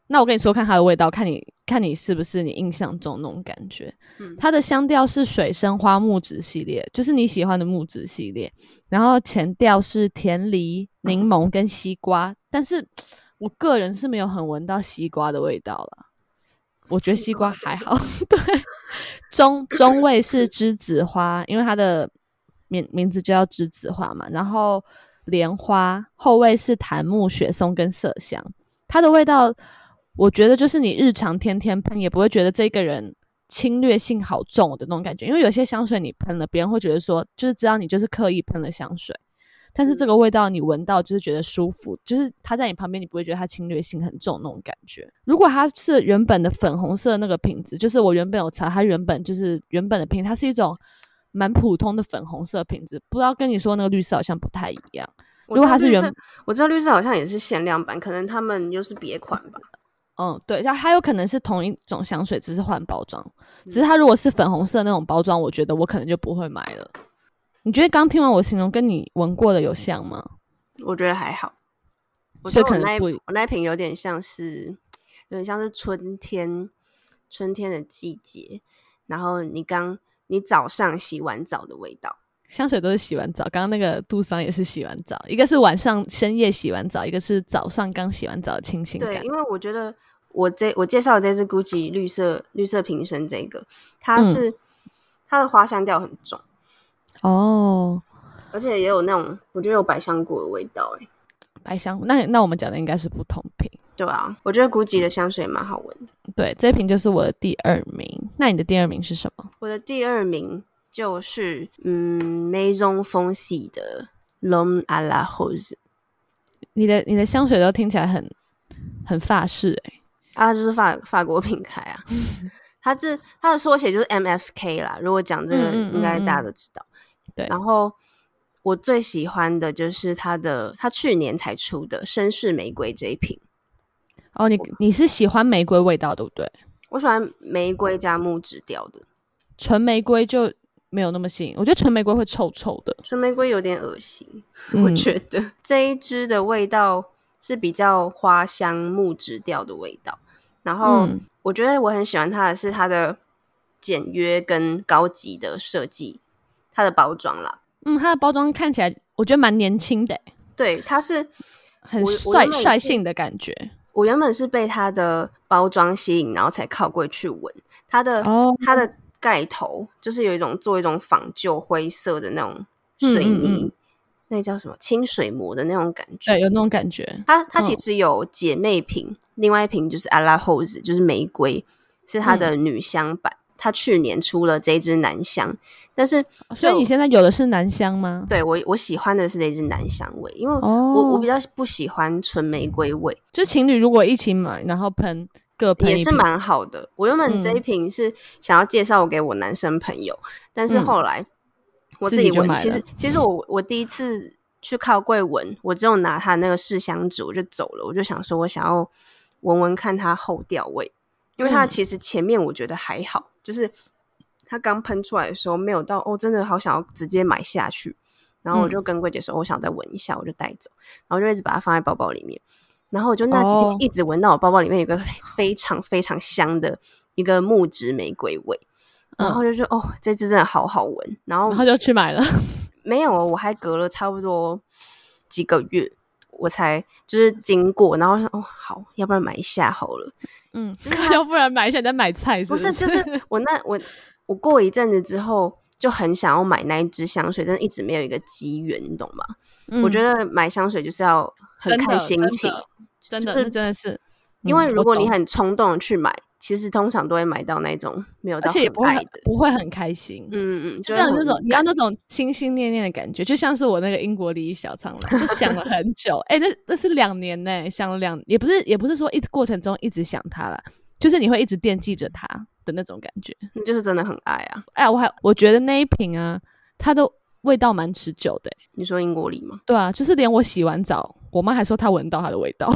[SPEAKER 4] 那我跟你说看它的味道，看你看你是不是你印象中那种感觉。
[SPEAKER 3] 嗯
[SPEAKER 4] 它的香调是水生花木质系列，就是你喜欢的木质系列。然后前调是甜梨、柠檬跟西瓜，但是我个人是没有很闻到西瓜的味道了。我觉得
[SPEAKER 3] 西
[SPEAKER 4] 西
[SPEAKER 3] 瓜
[SPEAKER 4] 瓜
[SPEAKER 3] 的
[SPEAKER 4] 还好， 对。中中味是栀子花，因为它的名名字就叫栀子花嘛。然后莲花后味是檀木、雪松跟麝香。它的味道，我觉得就是你日常天天喷也不会觉得这个人侵略性好重的那种感觉，因为有些香水你喷了，别人会觉得说就是知道你就是刻意喷了香水，但是这个味道你闻到就是觉得舒服，就是它在你旁边你不会觉得它侵略性很重那种感觉。如果它是原本的粉红色那个瓶子，就是我原本有查它原本就是原本的瓶子，它是一种。蛮普通的粉红色瓶子，不知道跟你说那个绿色好像不太一样。
[SPEAKER 3] 我
[SPEAKER 4] 如果
[SPEAKER 3] 知道
[SPEAKER 4] 它是
[SPEAKER 3] 绿
[SPEAKER 4] 原
[SPEAKER 3] 色，我知道绿色好像也是限量版，可能他们又是别款吧。
[SPEAKER 4] 嗯，对，它它有可能是同一种香水，只是换包装。
[SPEAKER 3] 嗯
[SPEAKER 4] 只是它如果是粉红色那种包装，我觉得我可能就不会买了。你觉得刚听完我形容，跟你闻过的有像吗？
[SPEAKER 3] 我觉得还好。我觉
[SPEAKER 4] 所以
[SPEAKER 3] 得我
[SPEAKER 4] 可能
[SPEAKER 3] 那一
[SPEAKER 4] 不
[SPEAKER 3] 我那一瓶有点像是，有点像是春天，春天的季节。然后你刚你早上洗完澡的味道，
[SPEAKER 4] 香水都是洗完澡，刚刚那个杜桑也是洗完澡，一个是晚上深夜洗完澡，一个是早上刚洗完澡的清新
[SPEAKER 3] 对，
[SPEAKER 4] 感
[SPEAKER 3] 因。为我觉得我这我介绍的这支 GUCCI 绿色绿色瓶身这个，它
[SPEAKER 4] 嗯
[SPEAKER 3] 是、它的花香调很重，
[SPEAKER 4] 哦，
[SPEAKER 3] 而且也有那种我觉得有百香果的味道、欸，哎，
[SPEAKER 4] 白香，那那我们讲的应该是不同瓶。
[SPEAKER 3] 对啊，我觉得 GUCCI 的香水也蛮好闻的。
[SPEAKER 4] 对，这瓶就是我的第二名。那你的第二名是什么？
[SPEAKER 3] 我的第二名就是嗯，Maison 风系的 L'Homme à la Rose
[SPEAKER 4] 你的你的香水都听起来很很法式、欸，
[SPEAKER 3] 啊，就是法法国品牌 啊，它这它的缩写就是 MFK 啦。如果讲这个，
[SPEAKER 4] 嗯嗯嗯
[SPEAKER 3] 应该大家都知道。
[SPEAKER 4] 对
[SPEAKER 3] 然后我最喜欢的就是它的，它去年才出的绅士玫瑰这一瓶。
[SPEAKER 4] 哦，你你是喜欢玫瑰味道，对不对？
[SPEAKER 3] 我喜欢玫瑰加木质调的，
[SPEAKER 4] 纯玫瑰就没有那么吸引，我觉得纯玫瑰会臭臭的。
[SPEAKER 3] 纯玫瑰有点恶心，我
[SPEAKER 4] 嗯
[SPEAKER 3] 觉得这一支的味道是比较花香木质调的味道。然后
[SPEAKER 4] 嗯
[SPEAKER 3] 我觉得我很喜欢它的是它的简约跟高级的设计，它的包装啦，
[SPEAKER 4] 嗯，它的包装看起来我觉得蛮年轻的欸，
[SPEAKER 3] 对，它是
[SPEAKER 4] 很
[SPEAKER 3] 我我
[SPEAKER 4] 率
[SPEAKER 3] 原本
[SPEAKER 4] 率
[SPEAKER 3] 是
[SPEAKER 4] 性的感觉。
[SPEAKER 3] 我原本是被它的包装吸引，然后才靠过去闻它的、
[SPEAKER 4] 哦
[SPEAKER 3] 它的盖头，就是有一种做一种仿旧灰色的那种水
[SPEAKER 4] 嗯嗯
[SPEAKER 3] 泥那叫什么清水膜的那种感觉。
[SPEAKER 4] 对，有那种感觉。
[SPEAKER 3] 它它其
[SPEAKER 4] 嗯
[SPEAKER 3] 实有姐妹瓶，另外一瓶就是阿拉 Hose，就是玫瑰，是它的
[SPEAKER 4] 嗯
[SPEAKER 3] 女香版。它去年出了这一支男香，但是
[SPEAKER 4] 哦所以
[SPEAKER 3] 就
[SPEAKER 4] 你现在有的是男香吗？
[SPEAKER 3] 对我我喜欢的是这支男香味，因为我、
[SPEAKER 4] 哦，
[SPEAKER 3] 我比较不喜欢纯玫瑰味，
[SPEAKER 4] 就情侣如果一起买，然后喷各喷一
[SPEAKER 3] 也是
[SPEAKER 4] 瓶
[SPEAKER 3] 蛮好的。我原本
[SPEAKER 4] 嗯
[SPEAKER 3] 这一瓶是想要介绍给我男生朋友，但是后来我
[SPEAKER 4] 嗯自
[SPEAKER 3] 自
[SPEAKER 4] 己
[SPEAKER 3] 己
[SPEAKER 4] 就
[SPEAKER 3] 闻，
[SPEAKER 4] 买
[SPEAKER 3] 其
[SPEAKER 4] 了
[SPEAKER 3] 实其实我我第一次去靠柜闻，我只有拿他那个试香纸我就走了，我就想说我想要闻闻看它后调味，因为它
[SPEAKER 4] 嗯
[SPEAKER 3] 其实前面我觉得还好，就是它刚喷出来的时候没有到哦，真的好想要直接买下去。然后我
[SPEAKER 4] 嗯
[SPEAKER 3] 就跟柜姐说，我想再闻一下，我就带走，然后就一直把它放在包包里面。然后我就那几
[SPEAKER 4] 哦
[SPEAKER 3] 天一直闻到我包包里面有个非常非常香的一个木质玫瑰味，
[SPEAKER 4] 嗯
[SPEAKER 3] 然后就说哦，这支真的好好闻。然后
[SPEAKER 4] 然后就去买了。
[SPEAKER 3] 没有哦，我还隔了差不多几个月，我才就是经过，然后说哦好，要不然买一下好了。
[SPEAKER 4] 嗯，
[SPEAKER 3] 就是它
[SPEAKER 4] 要不然买一下你在买菜是
[SPEAKER 3] 不
[SPEAKER 4] 是？
[SPEAKER 3] 是， 就是我那我我过一阵子之后就很想要买那一支香水，但是一直没有一个机缘，你懂吗？我觉
[SPEAKER 4] 得
[SPEAKER 3] 得买香水就是要很看心情，
[SPEAKER 4] 嗯真的，
[SPEAKER 3] 就是
[SPEAKER 4] 真的那真的是，
[SPEAKER 3] 因为
[SPEAKER 4] 嗯
[SPEAKER 3] 如果你，
[SPEAKER 4] 我懂
[SPEAKER 3] 很冲动地去买，其实通常都会买到那种没有
[SPEAKER 4] 而
[SPEAKER 3] 到
[SPEAKER 4] 且也
[SPEAKER 3] 很
[SPEAKER 4] 不会
[SPEAKER 3] 爱
[SPEAKER 4] 很
[SPEAKER 3] 的，
[SPEAKER 4] 不会很开心。
[SPEAKER 3] 嗯嗯，
[SPEAKER 4] 就是像那种你要那种心心念念的感觉，就像是我那个英国礼仪小苍兰，就想了很久。哎、那那是两年呢、想了两，也不是也不是说一直过程中一直想它啦，就是你会一直惦记着它的那种感觉。
[SPEAKER 3] 那就是真的很爱啊。
[SPEAKER 4] 哎、我还我觉得那一瓶啊，它的味道蛮持久的、欸
[SPEAKER 3] 你说英国梨吗？
[SPEAKER 4] 对啊，就是连我洗完澡，我妈还说她闻到它的味道。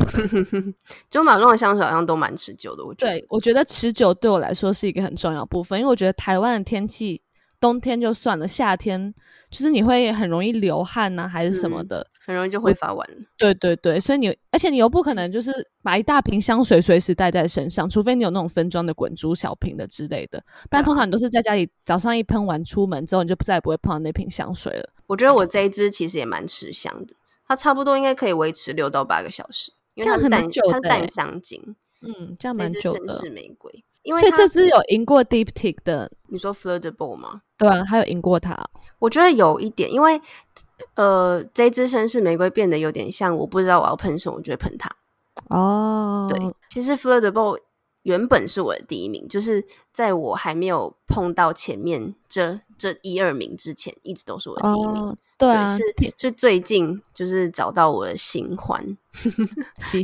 [SPEAKER 3] 就马龙的香水好像都蛮持久的，我觉得。
[SPEAKER 4] 对，我觉得持久对我来说是一个很重要的部分，因为我觉得台湾的天气，冬天就算了，夏天就是你会很容易流汗呐、还是什么
[SPEAKER 3] 嗯
[SPEAKER 4] 的。
[SPEAKER 3] 很容易就挥发完了。
[SPEAKER 4] 对对对，所以你而且你又不可
[SPEAKER 3] 嗯
[SPEAKER 4] 能就是买一大瓶香水随时带在身上，除非你有那种分装的滚珠小瓶的之类的，不然
[SPEAKER 3] 啊
[SPEAKER 4] 通常你都是在家里早上一喷完出门之后，你就再也不会碰到那瓶香水了。
[SPEAKER 3] 我觉得我这一支其实也蛮吃香的，它差不多应该可以维持六到八个小时，因为
[SPEAKER 4] 这样
[SPEAKER 3] 它是
[SPEAKER 4] 很蛮
[SPEAKER 3] 淡
[SPEAKER 4] 久
[SPEAKER 3] 它是
[SPEAKER 4] 的欸
[SPEAKER 3] 淡香精，
[SPEAKER 4] 嗯，这
[SPEAKER 3] 这
[SPEAKER 4] 样蛮
[SPEAKER 3] 支
[SPEAKER 4] 久
[SPEAKER 3] 绅
[SPEAKER 4] 的。
[SPEAKER 3] 士玫瑰。因为
[SPEAKER 4] 所以
[SPEAKER 3] 它
[SPEAKER 4] 这支有赢过 Diptic 的，
[SPEAKER 3] 你说 f l i r t a b l e 吗？
[SPEAKER 4] 对啊，还有赢过它哦。
[SPEAKER 3] 我觉得有一点，因为呃，这支绅士玫瑰变得有点像，我不知道我要喷什么，我就会喷它。
[SPEAKER 4] 哦
[SPEAKER 3] 对，其实 f l i r t a b l e 原本是我的第一名，就是在我还没有碰到前面这这一二名之前，一直都是我的第一名。
[SPEAKER 4] 哦，对啊，
[SPEAKER 3] 是是最近就是找到我的新欢，
[SPEAKER 4] 喜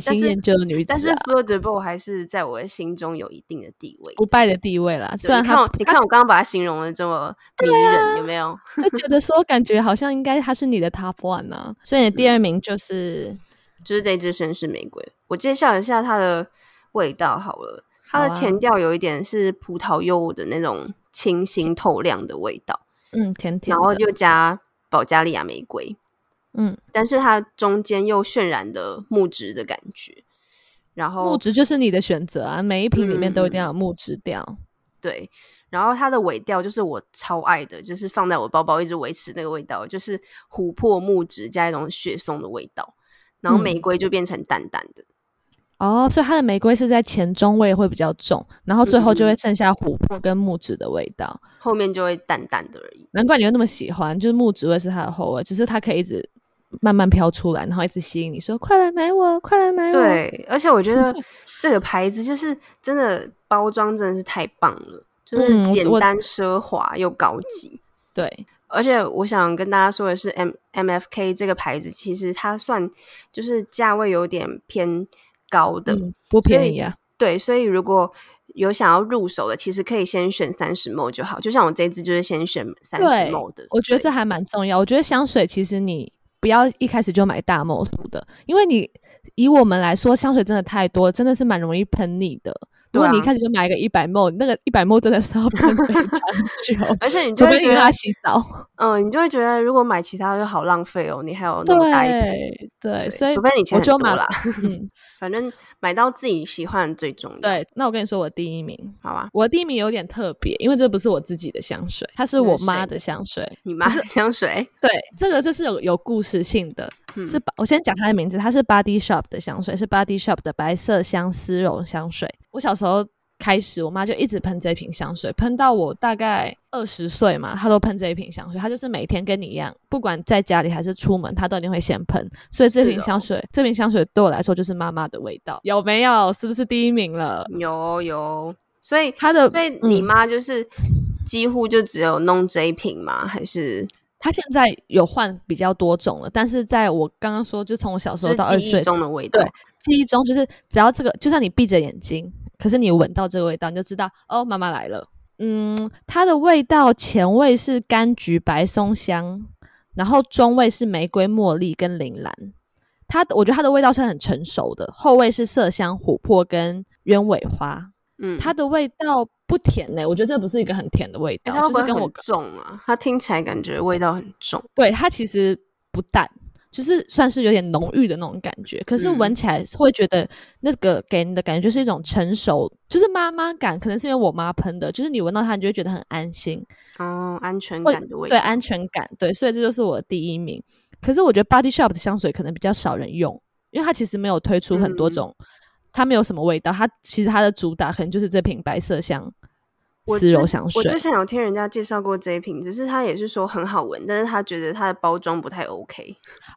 [SPEAKER 3] 但
[SPEAKER 4] 新
[SPEAKER 3] 是
[SPEAKER 4] 厌旧的女
[SPEAKER 3] 但
[SPEAKER 4] 子
[SPEAKER 3] 是
[SPEAKER 4] 啊，
[SPEAKER 3] f l o d e b l e 还是在我的心中有一定的地位。
[SPEAKER 4] 不败的地位啦。哦虽
[SPEAKER 3] 对
[SPEAKER 4] 然
[SPEAKER 3] 你看
[SPEAKER 4] 她
[SPEAKER 3] 我，你看我刚刚把它形容的这么迷
[SPEAKER 4] 啊
[SPEAKER 3] 人，有没有？
[SPEAKER 4] 就觉得说，感觉好像应该她是你的 top one
[SPEAKER 3] 嗯
[SPEAKER 4] 啊，所以你的第二名就是
[SPEAKER 3] 就是这支绅士玫瑰，我介绍一下它的味道好了。它
[SPEAKER 4] 好
[SPEAKER 3] 的
[SPEAKER 4] 啊
[SPEAKER 3] 前调有一点是葡萄柚的那种清新透亮的味道，
[SPEAKER 4] 嗯甜甜
[SPEAKER 3] 然后
[SPEAKER 4] 的，
[SPEAKER 3] 又加保加利亚玫瑰，
[SPEAKER 4] 嗯，
[SPEAKER 3] 但是它中间又渲染的木质的感觉，然后
[SPEAKER 4] 木质就是你的选择啊，每一瓶里面都一
[SPEAKER 3] 嗯
[SPEAKER 4] 定要有木质调。
[SPEAKER 3] 对，然后它的尾调就是我超爱的，就是放在我包包一直维持那个味道，就是琥珀木质加一种雪松的味道，然后玫
[SPEAKER 4] 嗯
[SPEAKER 3] 瑰就变成淡淡的。
[SPEAKER 4] 哦，所以它的玫瑰是在前中味会比较重，然后最后
[SPEAKER 3] 嗯
[SPEAKER 4] 就会剩下琥珀跟木质的味道。
[SPEAKER 3] 后面就会淡淡的而已，
[SPEAKER 4] 难怪你会那么喜欢，就是木质味是它的后味，只、是它可以一直慢慢飘出来，然后一直吸引你说快来买我，快来买我。，
[SPEAKER 3] 对，而且我觉 得这个牌子就是真的包装真的是太棒了，就是
[SPEAKER 4] 嗯
[SPEAKER 3] 简
[SPEAKER 4] 我
[SPEAKER 3] 单奢华又高级。
[SPEAKER 4] 对，
[SPEAKER 3] 而且我想跟大家说的是，M M F K 这个牌子其实它算就是价位有点偏高的，
[SPEAKER 4] 嗯，不便宜啊。
[SPEAKER 3] 对，所以如果有想要入手的，其实可以先选三十 ml 就好。就像我这一支就是先选三十
[SPEAKER 4] 对
[SPEAKER 3] ml 的，
[SPEAKER 4] 我觉得
[SPEAKER 3] 对
[SPEAKER 4] 这还蛮重要。我觉得香水其实你不要一开始就买大某数的，因为你以我们来说，香水真的太多，真的是蛮容易喷腻的。如
[SPEAKER 3] 对
[SPEAKER 4] 果你一
[SPEAKER 3] 啊
[SPEAKER 4] 开始就买一个一百 ml，那个一百 ml 真的是要喷非常久。
[SPEAKER 3] 而且 你就会
[SPEAKER 4] 除非你
[SPEAKER 3] 觉
[SPEAKER 4] 让
[SPEAKER 3] 得
[SPEAKER 4] 它，洗澡，
[SPEAKER 3] 嗯、你就会觉得如果买其他就好浪费哦，你还有那么大一瓶，
[SPEAKER 4] 对对，所以
[SPEAKER 3] 除非你钱
[SPEAKER 4] 我
[SPEAKER 3] 很
[SPEAKER 4] 就
[SPEAKER 3] 多
[SPEAKER 4] 买
[SPEAKER 3] 啦，
[SPEAKER 4] 嗯，
[SPEAKER 3] 反正买到自己喜欢的最重要，，
[SPEAKER 4] 对。那我跟你说，我第一名，
[SPEAKER 3] 好吧？
[SPEAKER 4] 我第一名有点特别，因为这不是我自己的香水，它是我
[SPEAKER 3] 那是
[SPEAKER 4] 妈
[SPEAKER 3] 谁
[SPEAKER 4] 的香水。
[SPEAKER 3] 你妈的香水，
[SPEAKER 4] 对，这个这是有有故事性的，
[SPEAKER 3] 嗯
[SPEAKER 4] 是吧我先讲它的名字，它是 Body Shop 的香水，是 Body Shop 的白色香丝绒香水。我小时候开始，我妈就一直喷这瓶香水，喷到我大概二十岁嘛，她都喷这一瓶香水。她就是每天跟你一样，不管在家里还是出门，她都一定会先喷。所以这瓶
[SPEAKER 3] 是哦
[SPEAKER 4] 香水，这瓶香水对我来说就是妈妈的味道，有没有？是不是第一名了？
[SPEAKER 3] 有有，所以
[SPEAKER 4] 呃她的，
[SPEAKER 3] 所以你
[SPEAKER 4] 嗯
[SPEAKER 3] 妈就是几乎就只有弄这一瓶吗？还是
[SPEAKER 4] 她现在有换比较多种了，但是在我刚刚说，就从我小时
[SPEAKER 3] 就
[SPEAKER 4] 候
[SPEAKER 3] 是
[SPEAKER 4] 到二十
[SPEAKER 3] 记忆
[SPEAKER 4] 岁
[SPEAKER 3] 中的味道？
[SPEAKER 4] 对记忆中就是只要这个，就算你闭着眼睛，可是你闻到这个味道，你就知道哦，妈妈来了。嗯，它的味道前味是柑橘白松香，然后中味是玫瑰茉莉跟铃兰。它我觉得它的味道是很成熟的，后味是麝香、琥珀跟鸢尾花。
[SPEAKER 3] 嗯，
[SPEAKER 4] 它的味道不甜呢、我觉得这不是一个很甜的味
[SPEAKER 3] 哎
[SPEAKER 4] 道，
[SPEAKER 3] 它会
[SPEAKER 4] 就
[SPEAKER 3] 不
[SPEAKER 4] 是
[SPEAKER 3] 会
[SPEAKER 4] 跟我
[SPEAKER 3] 很重啊？它听起来感觉味道很重。
[SPEAKER 4] 对它其实不淡，就是算是有点浓郁的那种感觉，可是
[SPEAKER 3] 嗯
[SPEAKER 4] 闻起来会觉得那个给你的感觉就是一种成熟，就是妈妈感，可能是因为我妈喷的，就是你闻到它，你就会觉得很安心，
[SPEAKER 3] 哦，安全
[SPEAKER 4] 会
[SPEAKER 3] 感的味道。
[SPEAKER 4] 对安全感，对，所以这就是我的第一名。可是我觉得 Body Shop 的香水可能比较少人用，因为它其实没有推出很多
[SPEAKER 3] 嗯
[SPEAKER 4] 种，它没有什么味道，它其实它的主打可能就是这瓶白色香
[SPEAKER 3] 我
[SPEAKER 4] 丝
[SPEAKER 3] 之
[SPEAKER 4] 柔香
[SPEAKER 3] 我
[SPEAKER 4] 水。
[SPEAKER 3] 之前有听人家介绍过这一瓶，只是他也是说很好闻，但是他觉得它的包装不太 OK。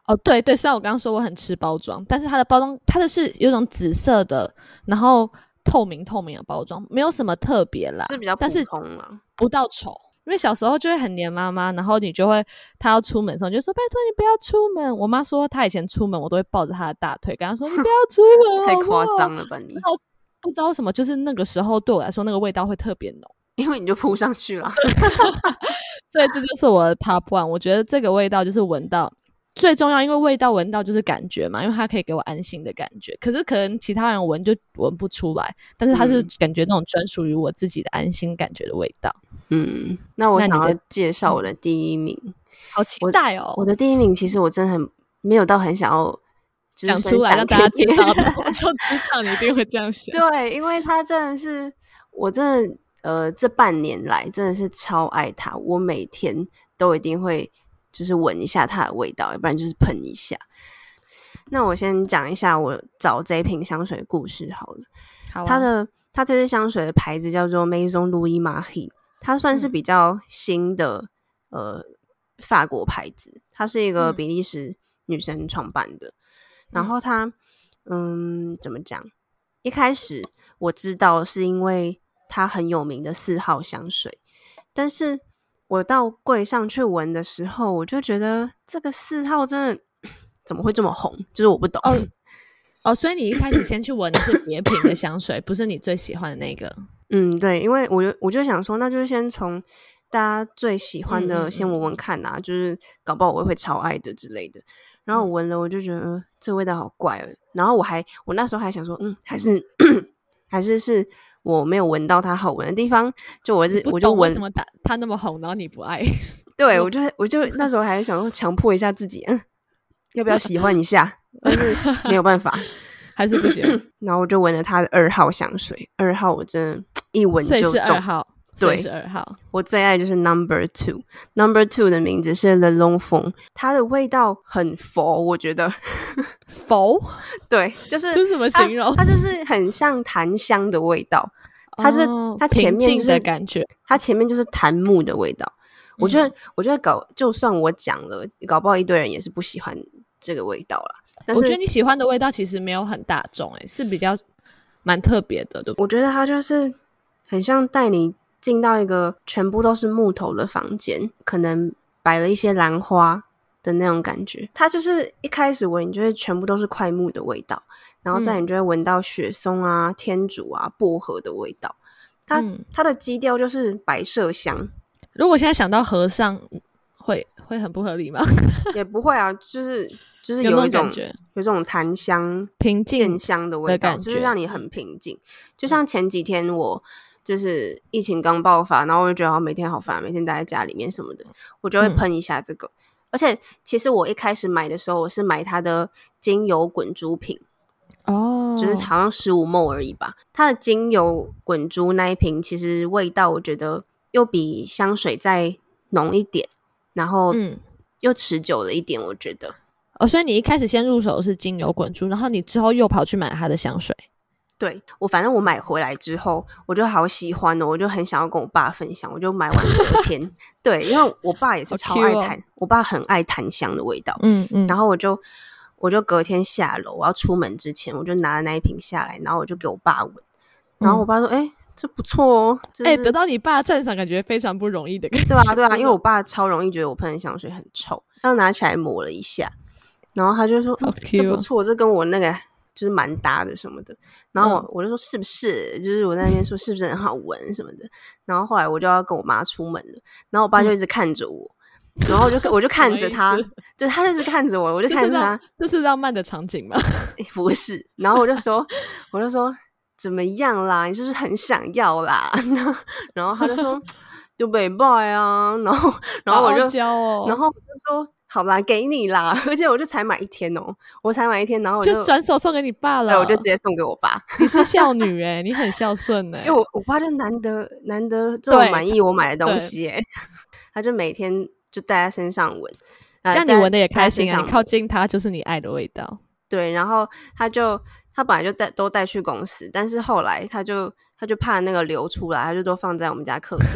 [SPEAKER 4] 哦，对对，虽然我刚刚说我很吃包装，但是它的包装它的是有种紫色的，然后透明透明的包装，没有什么特别啦，
[SPEAKER 3] 就是比较
[SPEAKER 4] 但是
[SPEAKER 3] 普通啊啦
[SPEAKER 4] 不到丑。因为小时候就会很黏妈妈，然后你就会她要出门的时候，你就说拜托你不要出门。我妈说她以前出门我都会抱着她的大腿，跟她说你不要出门，
[SPEAKER 3] 太
[SPEAKER 4] 好不
[SPEAKER 3] 夸
[SPEAKER 4] 好
[SPEAKER 3] 张。了吧你？
[SPEAKER 4] 不知道为什么，就是那个时候对我来说那个味道会特别浓，
[SPEAKER 3] 因为你就扑上去了。
[SPEAKER 4] 所以这就是我的 top one。我觉得这个味道就是闻到最重要，因为味道闻到就是感觉嘛，因为它可以给我安心的感觉。可是可能其他人闻就闻不出来，但是它是
[SPEAKER 3] 嗯
[SPEAKER 4] 感觉那种专属于我自己的安心感觉的味道。
[SPEAKER 3] 嗯，那我
[SPEAKER 4] 那
[SPEAKER 3] 想
[SPEAKER 4] 你的嗯
[SPEAKER 3] 要介绍我的第一名。
[SPEAKER 4] 好期待哦！
[SPEAKER 3] 我的第一名其实我真的很没有到很想要就是
[SPEAKER 4] 讲
[SPEAKER 3] 分
[SPEAKER 4] 出来
[SPEAKER 3] 享
[SPEAKER 4] 让大家
[SPEAKER 3] 给
[SPEAKER 4] 知
[SPEAKER 3] 别
[SPEAKER 4] 道
[SPEAKER 3] 人
[SPEAKER 4] 的， 我就知道你一定会这样想。
[SPEAKER 3] 对，啊因为他真的是，我真的呃，这半年来真的是超爱他，我每天都一定会就是闻一下它的味道，要不然就是喷一下。那我先讲一下我找这一瓶香水的故事好了。
[SPEAKER 4] 好啊
[SPEAKER 3] 它的它这支香水的牌子叫做 Maison Louis Marie，它算
[SPEAKER 4] 嗯
[SPEAKER 3] 是比较新的、呃法国牌子，它是一个
[SPEAKER 4] 嗯
[SPEAKER 3] 比利时女生创办的。然后它嗯怎么讲？一开始我知道是因为它很有名的四号香水，但是我到柜上去闻的时候，我就觉得这个四号真的 怎么会这么红？就是我不懂。
[SPEAKER 4] 哦哦，所以你一开始先去闻的是别瓶的香水，不是你最喜欢的那个。
[SPEAKER 3] 嗯，对，因为我就我就想说，那就是先从大家最喜欢
[SPEAKER 4] 嗯嗯
[SPEAKER 3] 的先
[SPEAKER 4] 嗯
[SPEAKER 3] 闻闻看啊，就是搞不好我也会超爱的之类的。然后我闻了，我就觉得、嗯、这味道好怪哦。然后我还我那时候还想说，嗯，还是还是是我没有闻到它好闻的地方，就我是
[SPEAKER 4] 不
[SPEAKER 3] 我就
[SPEAKER 4] 懂为
[SPEAKER 3] 闻
[SPEAKER 4] 什，么嗯它它那么红，然后你不爱。
[SPEAKER 3] 对我就我就那时候还想说强迫一下自己，嗯，要不要喜欢一 下？但是没有办法，
[SPEAKER 4] 还是不行，
[SPEAKER 3] 然后我就闻了它的二号香水，二号我真的一闻
[SPEAKER 4] 所以
[SPEAKER 3] 就是中
[SPEAKER 4] 二。号，所
[SPEAKER 3] 对
[SPEAKER 4] 以是二号，
[SPEAKER 3] 我最爱就是 Number Two。Number Two 的名字是 The Long f o n 它的味道很佛，我觉得
[SPEAKER 4] 否？
[SPEAKER 3] 对，就是
[SPEAKER 4] 这是什么
[SPEAKER 3] 它
[SPEAKER 4] 形容？
[SPEAKER 3] 它就是很像檀香的味道，它是
[SPEAKER 4] 哦
[SPEAKER 3] 它前
[SPEAKER 4] 平
[SPEAKER 3] 面就
[SPEAKER 4] 静的
[SPEAKER 3] 是
[SPEAKER 4] 感觉，
[SPEAKER 3] 它前面就是檀木的味道。我
[SPEAKER 4] 嗯
[SPEAKER 3] 觉得，我觉得搞，就算我讲了，搞不好一堆人也是不喜欢这个味道啦。但
[SPEAKER 4] 我觉得
[SPEAKER 3] 是，
[SPEAKER 4] 你喜欢的味道其实没有很大众，哎，是比较蛮特别的，对不对？
[SPEAKER 3] 我觉得它就是很像带你进到一个全部都是木头的房间，可能摆了一些兰花的那种感觉。它就是一开始闻，你就会全部都是块木的味道，然后再
[SPEAKER 4] 嗯
[SPEAKER 3] 你就会闻到雪松啊、天竺啊、薄荷的味道。它、
[SPEAKER 4] 嗯
[SPEAKER 3] 它的基调就是白麝香，
[SPEAKER 4] 如果现在想到和尚，会会很不合理吗？
[SPEAKER 3] 也不会啊，就是就是
[SPEAKER 4] 有那
[SPEAKER 3] 一
[SPEAKER 4] 种
[SPEAKER 3] 种
[SPEAKER 4] 感觉
[SPEAKER 3] 有这种檀香
[SPEAKER 4] 平静
[SPEAKER 3] 线香的味
[SPEAKER 4] 的
[SPEAKER 3] 道，
[SPEAKER 4] 感
[SPEAKER 3] 就是
[SPEAKER 4] 觉嗯
[SPEAKER 3] 让你很平静。就像前几天我就是疫情刚爆发，然后我就觉得好像每天好烦，每天待在家里面什么的，我就会
[SPEAKER 4] 嗯
[SPEAKER 3] 喷一下这个。而且其实我一开始买的时候，我是买它的精油滚珠瓶，
[SPEAKER 4] 哦
[SPEAKER 3] 就是好像十五 ml 而已吧。它的精油滚珠那一瓶，其实味道我觉得又比香水再浓一点，然后
[SPEAKER 4] 嗯
[SPEAKER 3] 又持久了一点，我觉得。
[SPEAKER 4] 哦，所以你一开始先入手的是精油滚珠，然后你之后又跑去买它的香水，
[SPEAKER 3] 对我，反正我买回来之后，我就好喜欢哦，我就很想要跟我爸分享，我就买完隔天。对，因为我爸也是
[SPEAKER 4] 好
[SPEAKER 3] 超
[SPEAKER 4] cute
[SPEAKER 3] 爱
[SPEAKER 4] 哦
[SPEAKER 3] 檀，我爸很爱檀香的味道。
[SPEAKER 5] 嗯嗯，
[SPEAKER 3] 然
[SPEAKER 5] 后
[SPEAKER 3] 后我就我就隔天下楼，我要出门之前，我就拿了那一瓶下来，然后我就给我爸闻，然后我爸说：“哎、这不错哦。就
[SPEAKER 4] 哎、
[SPEAKER 3] 是
[SPEAKER 4] 得到你爸赞赏，感觉非常不容易的感觉。
[SPEAKER 3] 对啊，对啊，因为我爸超容易觉得我喷的香水很臭，他就拿起来抹了一下，然后他就说：“
[SPEAKER 4] 好
[SPEAKER 3] 嗯这
[SPEAKER 4] cute
[SPEAKER 3] 不
[SPEAKER 4] 哦
[SPEAKER 3] 错，这跟我那个就是蛮搭的什么的。”然后我、
[SPEAKER 4] 嗯
[SPEAKER 3] 我就说：“是不是？”就是我在那边说：“是不是很好闻什么的？”然后后来我就要跟我妈出门了，然后我爸就一直看着我，然后我就我就看着他
[SPEAKER 4] 嗯什么意思，
[SPEAKER 3] 就他就是看着我，我就
[SPEAKER 4] 这
[SPEAKER 3] 看
[SPEAKER 4] 是
[SPEAKER 3] 着他
[SPEAKER 4] 浪，，这是浪漫的场景吗？
[SPEAKER 3] 欸不是，然后我就说，我就说怎么样啦？你是不是很想要啦？ 然后他就说 就北拜啊，然后然后我就
[SPEAKER 4] 好傲娇哦
[SPEAKER 3] 然后我就说好啦，给你啦， 而且我就才买一天哦、我才买一天，然后我
[SPEAKER 4] 就转手送给你爸
[SPEAKER 3] 对，
[SPEAKER 4] 了。
[SPEAKER 3] 我就直接送给我爸，
[SPEAKER 4] 你是孝女哎、你很孝顺 哎、
[SPEAKER 3] 因为我我爸就难得难得这么
[SPEAKER 4] 对
[SPEAKER 3] 满意我买的东
[SPEAKER 4] 对
[SPEAKER 3] 西、欸， 他就每天就戴在身上闻，呃
[SPEAKER 4] 这样你
[SPEAKER 3] 戴
[SPEAKER 4] 闻的也
[SPEAKER 3] 戴在
[SPEAKER 4] 开
[SPEAKER 3] 身
[SPEAKER 4] 心啊！
[SPEAKER 3] 上
[SPEAKER 4] 你靠
[SPEAKER 3] 闻
[SPEAKER 4] 近它就是你爱的味道。
[SPEAKER 3] 对，然后他就他本来就带都带去公司，但是后来他就他就怕那个流出来，他就都放在我们家客厅。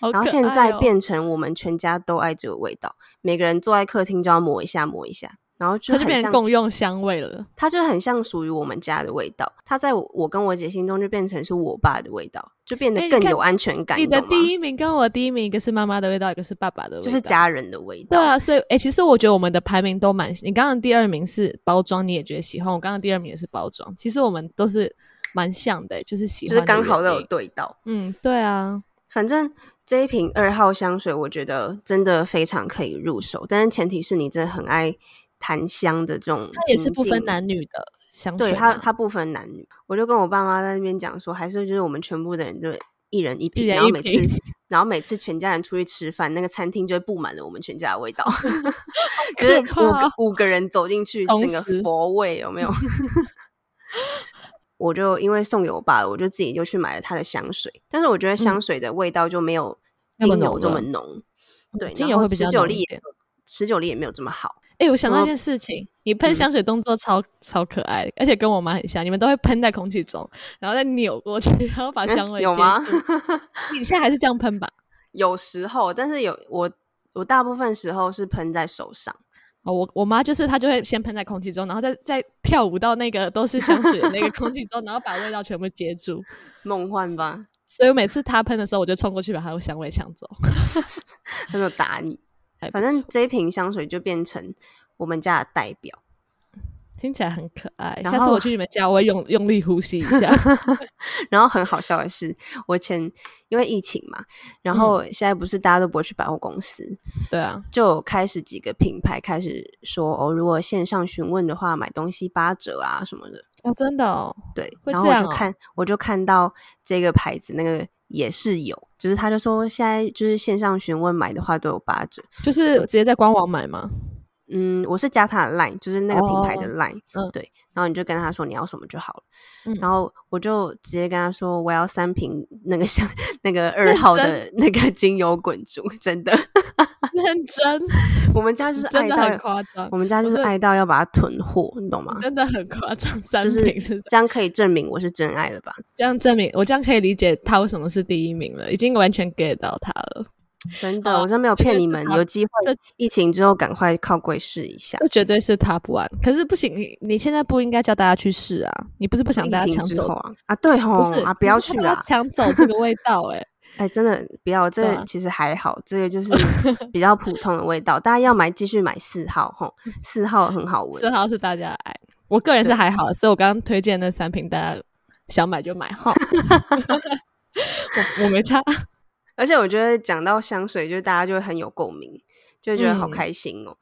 [SPEAKER 4] 好
[SPEAKER 3] 然后
[SPEAKER 4] 可
[SPEAKER 3] 现
[SPEAKER 4] 爱
[SPEAKER 3] 在
[SPEAKER 4] 哦
[SPEAKER 3] 变成我们全家都爱这个味道，每个人坐在客厅就要抹一下抹一下，然后就
[SPEAKER 4] 它就
[SPEAKER 3] 很
[SPEAKER 4] 变
[SPEAKER 3] 像
[SPEAKER 4] 成，共用香味了。
[SPEAKER 3] 它就很像属于我们家的味道。它在我我跟我姐心中就变成是我爸的味道，就变
[SPEAKER 4] 哎
[SPEAKER 3] 得
[SPEAKER 4] 你
[SPEAKER 3] 更
[SPEAKER 4] 看
[SPEAKER 3] 有安全感。啊
[SPEAKER 4] 你的
[SPEAKER 3] 懂吗
[SPEAKER 4] 第一名跟我第一名，一个是妈妈的味道，一个是爸爸的味道，
[SPEAKER 3] 就是。家人的味道。
[SPEAKER 4] 对啊，所以哎、诶其实我觉得我们的排名都蛮……你刚刚第二名是包装，你也觉得喜欢；我刚刚第二名也是包装。其实我们都是蛮像的、就是喜
[SPEAKER 3] 就
[SPEAKER 4] 欢的
[SPEAKER 3] 是
[SPEAKER 4] 原因，
[SPEAKER 3] 刚好都有对到。
[SPEAKER 4] 嗯，对啊，
[SPEAKER 3] 反正这一瓶二号香水，我觉得真的非常可以入手，但是前提是你真的很爱檀香的这种，
[SPEAKER 4] 它也是不分男。女的啊香水
[SPEAKER 3] 啊对
[SPEAKER 4] 嘛。
[SPEAKER 3] 它，它不分男女。我就跟我爸妈在那边讲说，还是就是我们全部的人就一人一瓶，
[SPEAKER 4] 一人
[SPEAKER 3] 然后
[SPEAKER 4] 一
[SPEAKER 3] 每次
[SPEAKER 4] 瓶，
[SPEAKER 3] 然后每次全家人出去吃饭，那个餐厅就会布满了我们全家的味 道，就
[SPEAKER 4] 可
[SPEAKER 3] 是
[SPEAKER 4] 怕
[SPEAKER 3] 五个五个人走进去，
[SPEAKER 4] 同
[SPEAKER 3] 整个
[SPEAKER 4] 时
[SPEAKER 3] 佛味有没有？ 我就因为送给我爸了，我就自己就去买了他的香水，但是我觉得香水的味道就没有
[SPEAKER 4] 嗯那
[SPEAKER 3] 精
[SPEAKER 4] 么
[SPEAKER 3] 油
[SPEAKER 4] 浓
[SPEAKER 3] 这么
[SPEAKER 4] 了
[SPEAKER 3] 浓，对，
[SPEAKER 4] 精
[SPEAKER 3] 然
[SPEAKER 4] 油
[SPEAKER 3] 后
[SPEAKER 4] 会比
[SPEAKER 3] 持
[SPEAKER 4] 较
[SPEAKER 3] 久
[SPEAKER 4] 浓
[SPEAKER 3] 力
[SPEAKER 4] 一
[SPEAKER 3] 也
[SPEAKER 4] 点
[SPEAKER 3] 没有持久力也没有这么好。
[SPEAKER 4] 哎、我想到
[SPEAKER 3] 然
[SPEAKER 4] 一
[SPEAKER 3] 后
[SPEAKER 4] 件事情，你喷
[SPEAKER 3] 嗯
[SPEAKER 4] 香水动作超、超可爱的，而且跟我妈很像，你们都会喷在空气中，然后再扭过去，然后把
[SPEAKER 3] 嗯
[SPEAKER 4] 香味
[SPEAKER 3] 有
[SPEAKER 4] 接
[SPEAKER 3] 吗
[SPEAKER 4] 住你现在还是这样喷吧？
[SPEAKER 3] 有时候，但是有我我大部分时候是喷在手上，
[SPEAKER 4] 哦，我我妈就是她就会先喷在空气中，然后再再跳舞到那个都是香水的那个空气中，然后把味道全部接住。
[SPEAKER 3] 梦幻吧，
[SPEAKER 4] 所以我每次她喷的时候，我就冲过去把她的香味抢走。
[SPEAKER 3] 他没有打你。
[SPEAKER 4] 还不
[SPEAKER 3] 反正
[SPEAKER 4] 错
[SPEAKER 3] 这一瓶香水就变成我们家的代表。
[SPEAKER 4] 听起来很可爱，
[SPEAKER 3] 然
[SPEAKER 4] 下次
[SPEAKER 3] 后
[SPEAKER 4] 我去你们家，我会用用力呼吸一 下。
[SPEAKER 3] 然后很好笑的是，我前因为疫情嘛，然后
[SPEAKER 4] 嗯
[SPEAKER 3] 现在不是大家都不会去百货公司，
[SPEAKER 4] 对啊，
[SPEAKER 3] 就有开始几个品牌开始说哦，如果线上询问的话，买东西八折啊什么的。
[SPEAKER 4] 哦，真的哦，
[SPEAKER 3] 对，
[SPEAKER 4] 会
[SPEAKER 3] 然后
[SPEAKER 4] 这
[SPEAKER 3] 我
[SPEAKER 4] 样
[SPEAKER 3] 就
[SPEAKER 4] 哦
[SPEAKER 3] 看，我就看到这个牌子那个也是有，就是他就说现在就是线上询问买的话都有八折。
[SPEAKER 4] 就是直接在官网买吗？
[SPEAKER 3] 嗯，我是加他的 line，就是那个品牌的 line，、
[SPEAKER 4] 嗯
[SPEAKER 3] 对，然后你就跟他说你要什么就好了，
[SPEAKER 4] 嗯
[SPEAKER 3] 然后我就直接跟他说我要三瓶那个香 那个二号的那个精油滚珠，真的，
[SPEAKER 4] 认真，
[SPEAKER 3] 我们家就是爱
[SPEAKER 4] 真的
[SPEAKER 3] 到
[SPEAKER 4] 很夸张
[SPEAKER 3] 我们家就是
[SPEAKER 4] 我真的
[SPEAKER 3] 爱到要把它囤货，你懂吗？
[SPEAKER 4] 真的很夸张。三
[SPEAKER 3] 就是
[SPEAKER 4] 瓶是
[SPEAKER 3] 这样可以证明我是真爱了吧？
[SPEAKER 4] 这样证明，我这样可以理解他为什么是第一名了，已经完全 get 到他了。
[SPEAKER 3] 真的，
[SPEAKER 4] 好啊
[SPEAKER 3] 我真没有
[SPEAKER 4] 这就
[SPEAKER 3] 骗你
[SPEAKER 4] 是
[SPEAKER 3] 们，
[SPEAKER 4] 他
[SPEAKER 3] 有机会
[SPEAKER 4] 这
[SPEAKER 3] 疫情之后赶快靠柜试一下。
[SPEAKER 4] 这绝对是 top one。可是不行，你你现在不应该叫大家去试啊！你不是不想
[SPEAKER 3] 疫
[SPEAKER 4] 大家
[SPEAKER 3] 情
[SPEAKER 4] 抢
[SPEAKER 3] 之
[SPEAKER 4] 走，
[SPEAKER 3] 后啊啊，对吼
[SPEAKER 4] 不是
[SPEAKER 3] 啊，不要
[SPEAKER 4] 你是
[SPEAKER 3] 去
[SPEAKER 4] 怕大
[SPEAKER 3] 啦
[SPEAKER 4] 家！抢走这个味道、 欸，哎，
[SPEAKER 3] 哎，真的不要，这
[SPEAKER 4] 对
[SPEAKER 3] 个
[SPEAKER 4] 啊
[SPEAKER 3] 其实还好，这个 就是比较普通的味道。大家要买继续买四号吼，四号很好闻
[SPEAKER 4] 嗯四。号是大家的爱。我个人是
[SPEAKER 3] 对
[SPEAKER 4] 还好，所以我刚刚推荐那三瓶，大家想买就买 哈。 我我 没差，
[SPEAKER 3] 而且我觉得讲到香水，就是大家就会很有共鸣，就会觉得好
[SPEAKER 4] 嗯
[SPEAKER 3] 开心哦。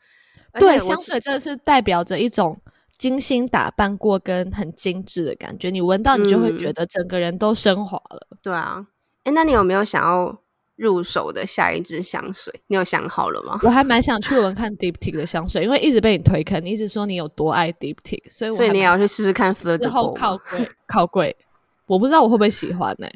[SPEAKER 3] 而且
[SPEAKER 4] 对，
[SPEAKER 3] 我
[SPEAKER 4] 香水真的是代表着一种精心打扮过跟很精致的感觉，你闻到你就会
[SPEAKER 3] 嗯
[SPEAKER 4] 觉得整个人都升华了。
[SPEAKER 3] 对啊，哎，那你有没有想要入手的下一支香水？你有想好了吗？
[SPEAKER 4] 我还蛮想去闻看 Deep Tea 的香水，因为一直被你推坑，你一直说你有多爱 Deep Tea，所 以我
[SPEAKER 3] 所以
[SPEAKER 4] 还
[SPEAKER 3] 你也要
[SPEAKER 4] 蛮想
[SPEAKER 3] 去试试看 Fleur de
[SPEAKER 4] 之
[SPEAKER 3] Peau 吗
[SPEAKER 4] 后靠柜靠柜，我不知道我会不会喜欢呢、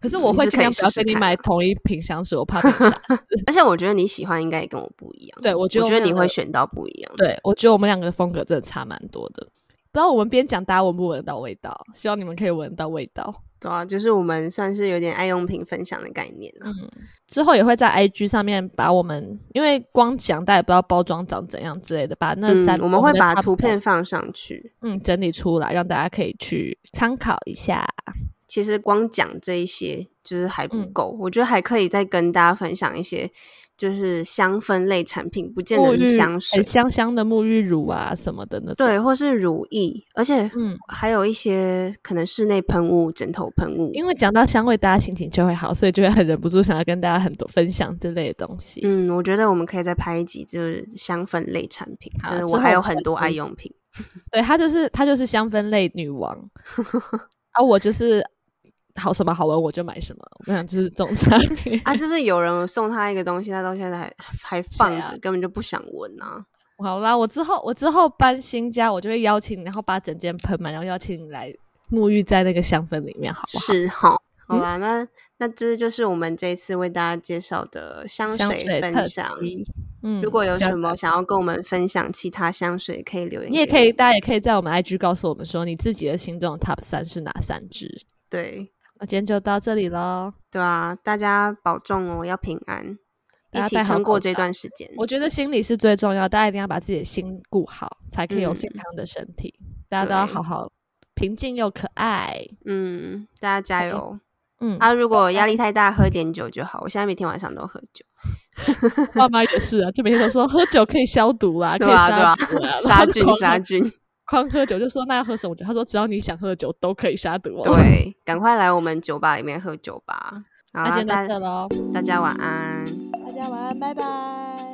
[SPEAKER 4] 可是我
[SPEAKER 3] 你
[SPEAKER 4] 会
[SPEAKER 3] 是
[SPEAKER 4] 尽
[SPEAKER 3] 可以
[SPEAKER 4] 量不要
[SPEAKER 3] 试试
[SPEAKER 4] 跟你
[SPEAKER 3] 看
[SPEAKER 4] 买
[SPEAKER 3] 啊
[SPEAKER 4] 同一瓶香水，我怕被吓 死。
[SPEAKER 3] 而且我觉得你喜欢应该也跟我不一样。
[SPEAKER 4] 对我觉得
[SPEAKER 3] 我
[SPEAKER 4] 我
[SPEAKER 3] 觉得
[SPEAKER 4] 们
[SPEAKER 3] 你
[SPEAKER 4] 两
[SPEAKER 3] 会
[SPEAKER 4] 个
[SPEAKER 3] 选到不一样。
[SPEAKER 4] 对，我觉得我们两个的风格真的差蛮多的。不知道我们边讲大家闻不闻得到味道，希望你们可以闻得到味道。
[SPEAKER 3] 对啊，就是我们算是有点爱用品分享的概念
[SPEAKER 4] 嗯
[SPEAKER 3] 啊。
[SPEAKER 4] 之后也会在 IG 上面把我们，因为光讲大家也不知道包装长怎样之类的，把那三、
[SPEAKER 3] 嗯、我们会
[SPEAKER 4] 的
[SPEAKER 3] 把
[SPEAKER 4] top
[SPEAKER 3] 图片
[SPEAKER 4] 三
[SPEAKER 3] 放上去。
[SPEAKER 4] 嗯整理出来，让大家可以去参考一下。
[SPEAKER 3] 其实光讲这一些就是还不
[SPEAKER 4] 嗯
[SPEAKER 3] 够，我觉得还可以再跟大家分享一些，就是香氛类产品，不见
[SPEAKER 4] 沐
[SPEAKER 3] 得
[SPEAKER 4] 浴
[SPEAKER 3] 是香
[SPEAKER 4] 很
[SPEAKER 3] 水，
[SPEAKER 4] 香香的沐浴乳啊什么的那种。
[SPEAKER 3] 对，，或是乳液，而且
[SPEAKER 4] 嗯，
[SPEAKER 3] 还有一些可能室内喷雾、枕头喷雾。
[SPEAKER 4] 因为讲到香味，大家心情就会好，所以就会很忍不住想要跟大家很多分享这类的东西。
[SPEAKER 3] 嗯，我觉得我们可以再拍一集，就是香氛类产品，
[SPEAKER 4] 好
[SPEAKER 3] 真的
[SPEAKER 4] 之
[SPEAKER 3] 我
[SPEAKER 4] 后
[SPEAKER 3] 还有
[SPEAKER 4] 我们
[SPEAKER 3] 很
[SPEAKER 4] 再
[SPEAKER 3] 多
[SPEAKER 4] 出
[SPEAKER 3] 爱
[SPEAKER 4] 一
[SPEAKER 3] 用品。
[SPEAKER 4] 对，她就是她就是香氛类 女王，而、我就是好什么好闻我就买什么，我想就是这种差别。
[SPEAKER 3] 啊，就是有人送他一个东西，他到现在还还放着，
[SPEAKER 4] 啊
[SPEAKER 3] 根本就不想闻啊。
[SPEAKER 4] 好啦，我之后我之后搬新家，我就会邀请你，然后把整间喷满，然后邀请你来沐浴在那个香氛里面，好嗯不好？
[SPEAKER 3] 是哈，好啦，那那这就是我们这一次为大家介绍的香
[SPEAKER 4] 香
[SPEAKER 3] 水
[SPEAKER 4] 水
[SPEAKER 3] 分
[SPEAKER 4] 特
[SPEAKER 3] 享。
[SPEAKER 4] 辑嗯
[SPEAKER 3] 如果有什么
[SPEAKER 4] 想。
[SPEAKER 3] 想要跟我们分享其他香水，可以留言。
[SPEAKER 4] 你也可以，，大家也可以在我们 IG 告诉我们说你自己的心中的 Top 三是哪三支。
[SPEAKER 3] 对
[SPEAKER 4] 那今天就到这里喽。
[SPEAKER 3] 对啊，大家保重哦，要平安，一
[SPEAKER 4] 大家
[SPEAKER 3] 起
[SPEAKER 4] 戴好
[SPEAKER 3] 撑过
[SPEAKER 4] 口
[SPEAKER 3] 这
[SPEAKER 4] 罩
[SPEAKER 3] 段时间。
[SPEAKER 4] 我觉得心理是最重要，大家一定要把自己的心顾好，才可以有健
[SPEAKER 3] 嗯
[SPEAKER 4] 康的身体。大家都要
[SPEAKER 3] 对
[SPEAKER 4] 好好平静又可爱。
[SPEAKER 3] 嗯，大家加
[SPEAKER 4] 好
[SPEAKER 3] 油
[SPEAKER 4] 嗯，
[SPEAKER 3] 啊！如果压力太大，喝点酒就好。我现在每天晚上都喝酒，
[SPEAKER 4] 我爸妈也是啊，就每天都说 喝酒可以消毒啊，可
[SPEAKER 3] 对
[SPEAKER 4] 以
[SPEAKER 3] 啊
[SPEAKER 4] 杀
[SPEAKER 3] 对
[SPEAKER 4] 毒啊，
[SPEAKER 3] 杀菌杀
[SPEAKER 4] 菌。
[SPEAKER 3] 菌。
[SPEAKER 4] 狂喝酒就说那要喝什么酒？他说只要你想喝的酒都可以杀毒哦。，
[SPEAKER 3] 对，赶快来我们酒吧里面喝酒吧。好
[SPEAKER 4] 那
[SPEAKER 3] 啦，
[SPEAKER 4] 今天
[SPEAKER 3] 大
[SPEAKER 4] 到这喽，
[SPEAKER 3] 大家晚安。
[SPEAKER 4] 大家晚安，拜拜，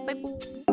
[SPEAKER 3] 拜拜